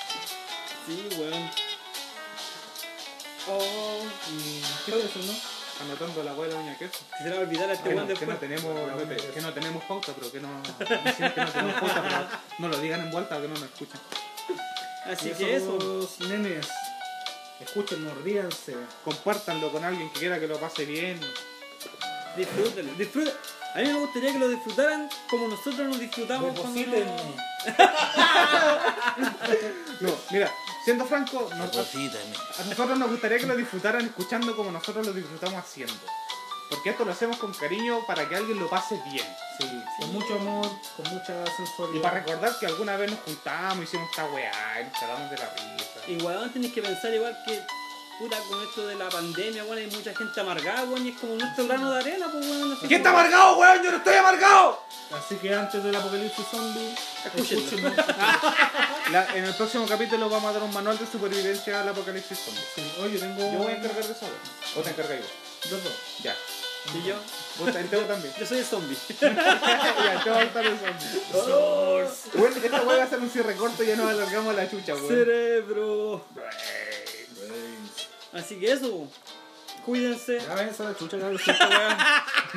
[SPEAKER 3] Sí, weón. Oh,
[SPEAKER 2] Y.
[SPEAKER 4] mm,
[SPEAKER 2] ¿Qué es eso, no?
[SPEAKER 4] Anotando la hueá de la uña queso.
[SPEAKER 3] se le va a olvidar a este
[SPEAKER 4] Que
[SPEAKER 3] weón
[SPEAKER 4] no, que no
[SPEAKER 3] después.
[SPEAKER 4] tenemos, que no tenemos pauta, pero que no, dicen que no tenemos pauta, pero no lo digan en vuelta que no nos escuchan.
[SPEAKER 3] Así que eso.
[SPEAKER 2] Esos Nenes, escúchenos, ríanse.
[SPEAKER 4] Compártanlo con alguien que quiera que lo pase bien.
[SPEAKER 3] Disfrútenlo, disfruten. A mí me gustaría que lo disfrutaran como nosotros nos disfrutamos
[SPEAKER 2] Depositen.
[SPEAKER 3] cuando...
[SPEAKER 4] No, mira, siendo franco, nos- a nosotros nos gustaría que lo disfrutaran escuchando como nosotros lo disfrutamos haciendo. Porque esto lo hacemos con cariño para que alguien lo pase bien.
[SPEAKER 2] Sí, con mucho amor, con mucha sensualidad.
[SPEAKER 4] Y para recordar que alguna vez nos juntamos, hicimos esta weá, y nos cagamos de la risa.
[SPEAKER 3] Y weón, tenés que pensar igual que, puta, con esto de la pandemia, weón, hay mucha gente amargada, weón, y es como nuestro grano de arena, pues, weón. así
[SPEAKER 4] ¿Quién está
[SPEAKER 3] como-
[SPEAKER 4] amargado, weón? ¡Yo no estoy amargado!
[SPEAKER 2] Así que antes del apocalipsis zombie,
[SPEAKER 3] Escúchenlo.
[SPEAKER 4] La- en el próximo capítulo vamos a dar un manual de supervivencia al apocalipsis zombie.
[SPEAKER 2] Sí, Oye, tengo
[SPEAKER 4] Yo voy a encargar de esa weá. O te encargas yo.
[SPEAKER 2] los dos.
[SPEAKER 4] Ya.
[SPEAKER 3] Y yo,
[SPEAKER 4] Vos te- el Teo también.
[SPEAKER 3] yo soy el zombie.
[SPEAKER 4] ya, te va a estar el zombie. Bueno, esta weá va a ser un cierre corto y ya nos alargamos a la chucha, weón.
[SPEAKER 3] Cerebro. Así que eso, cuídense.
[SPEAKER 2] Ya ven, esa chucha, ya lo siento, weón.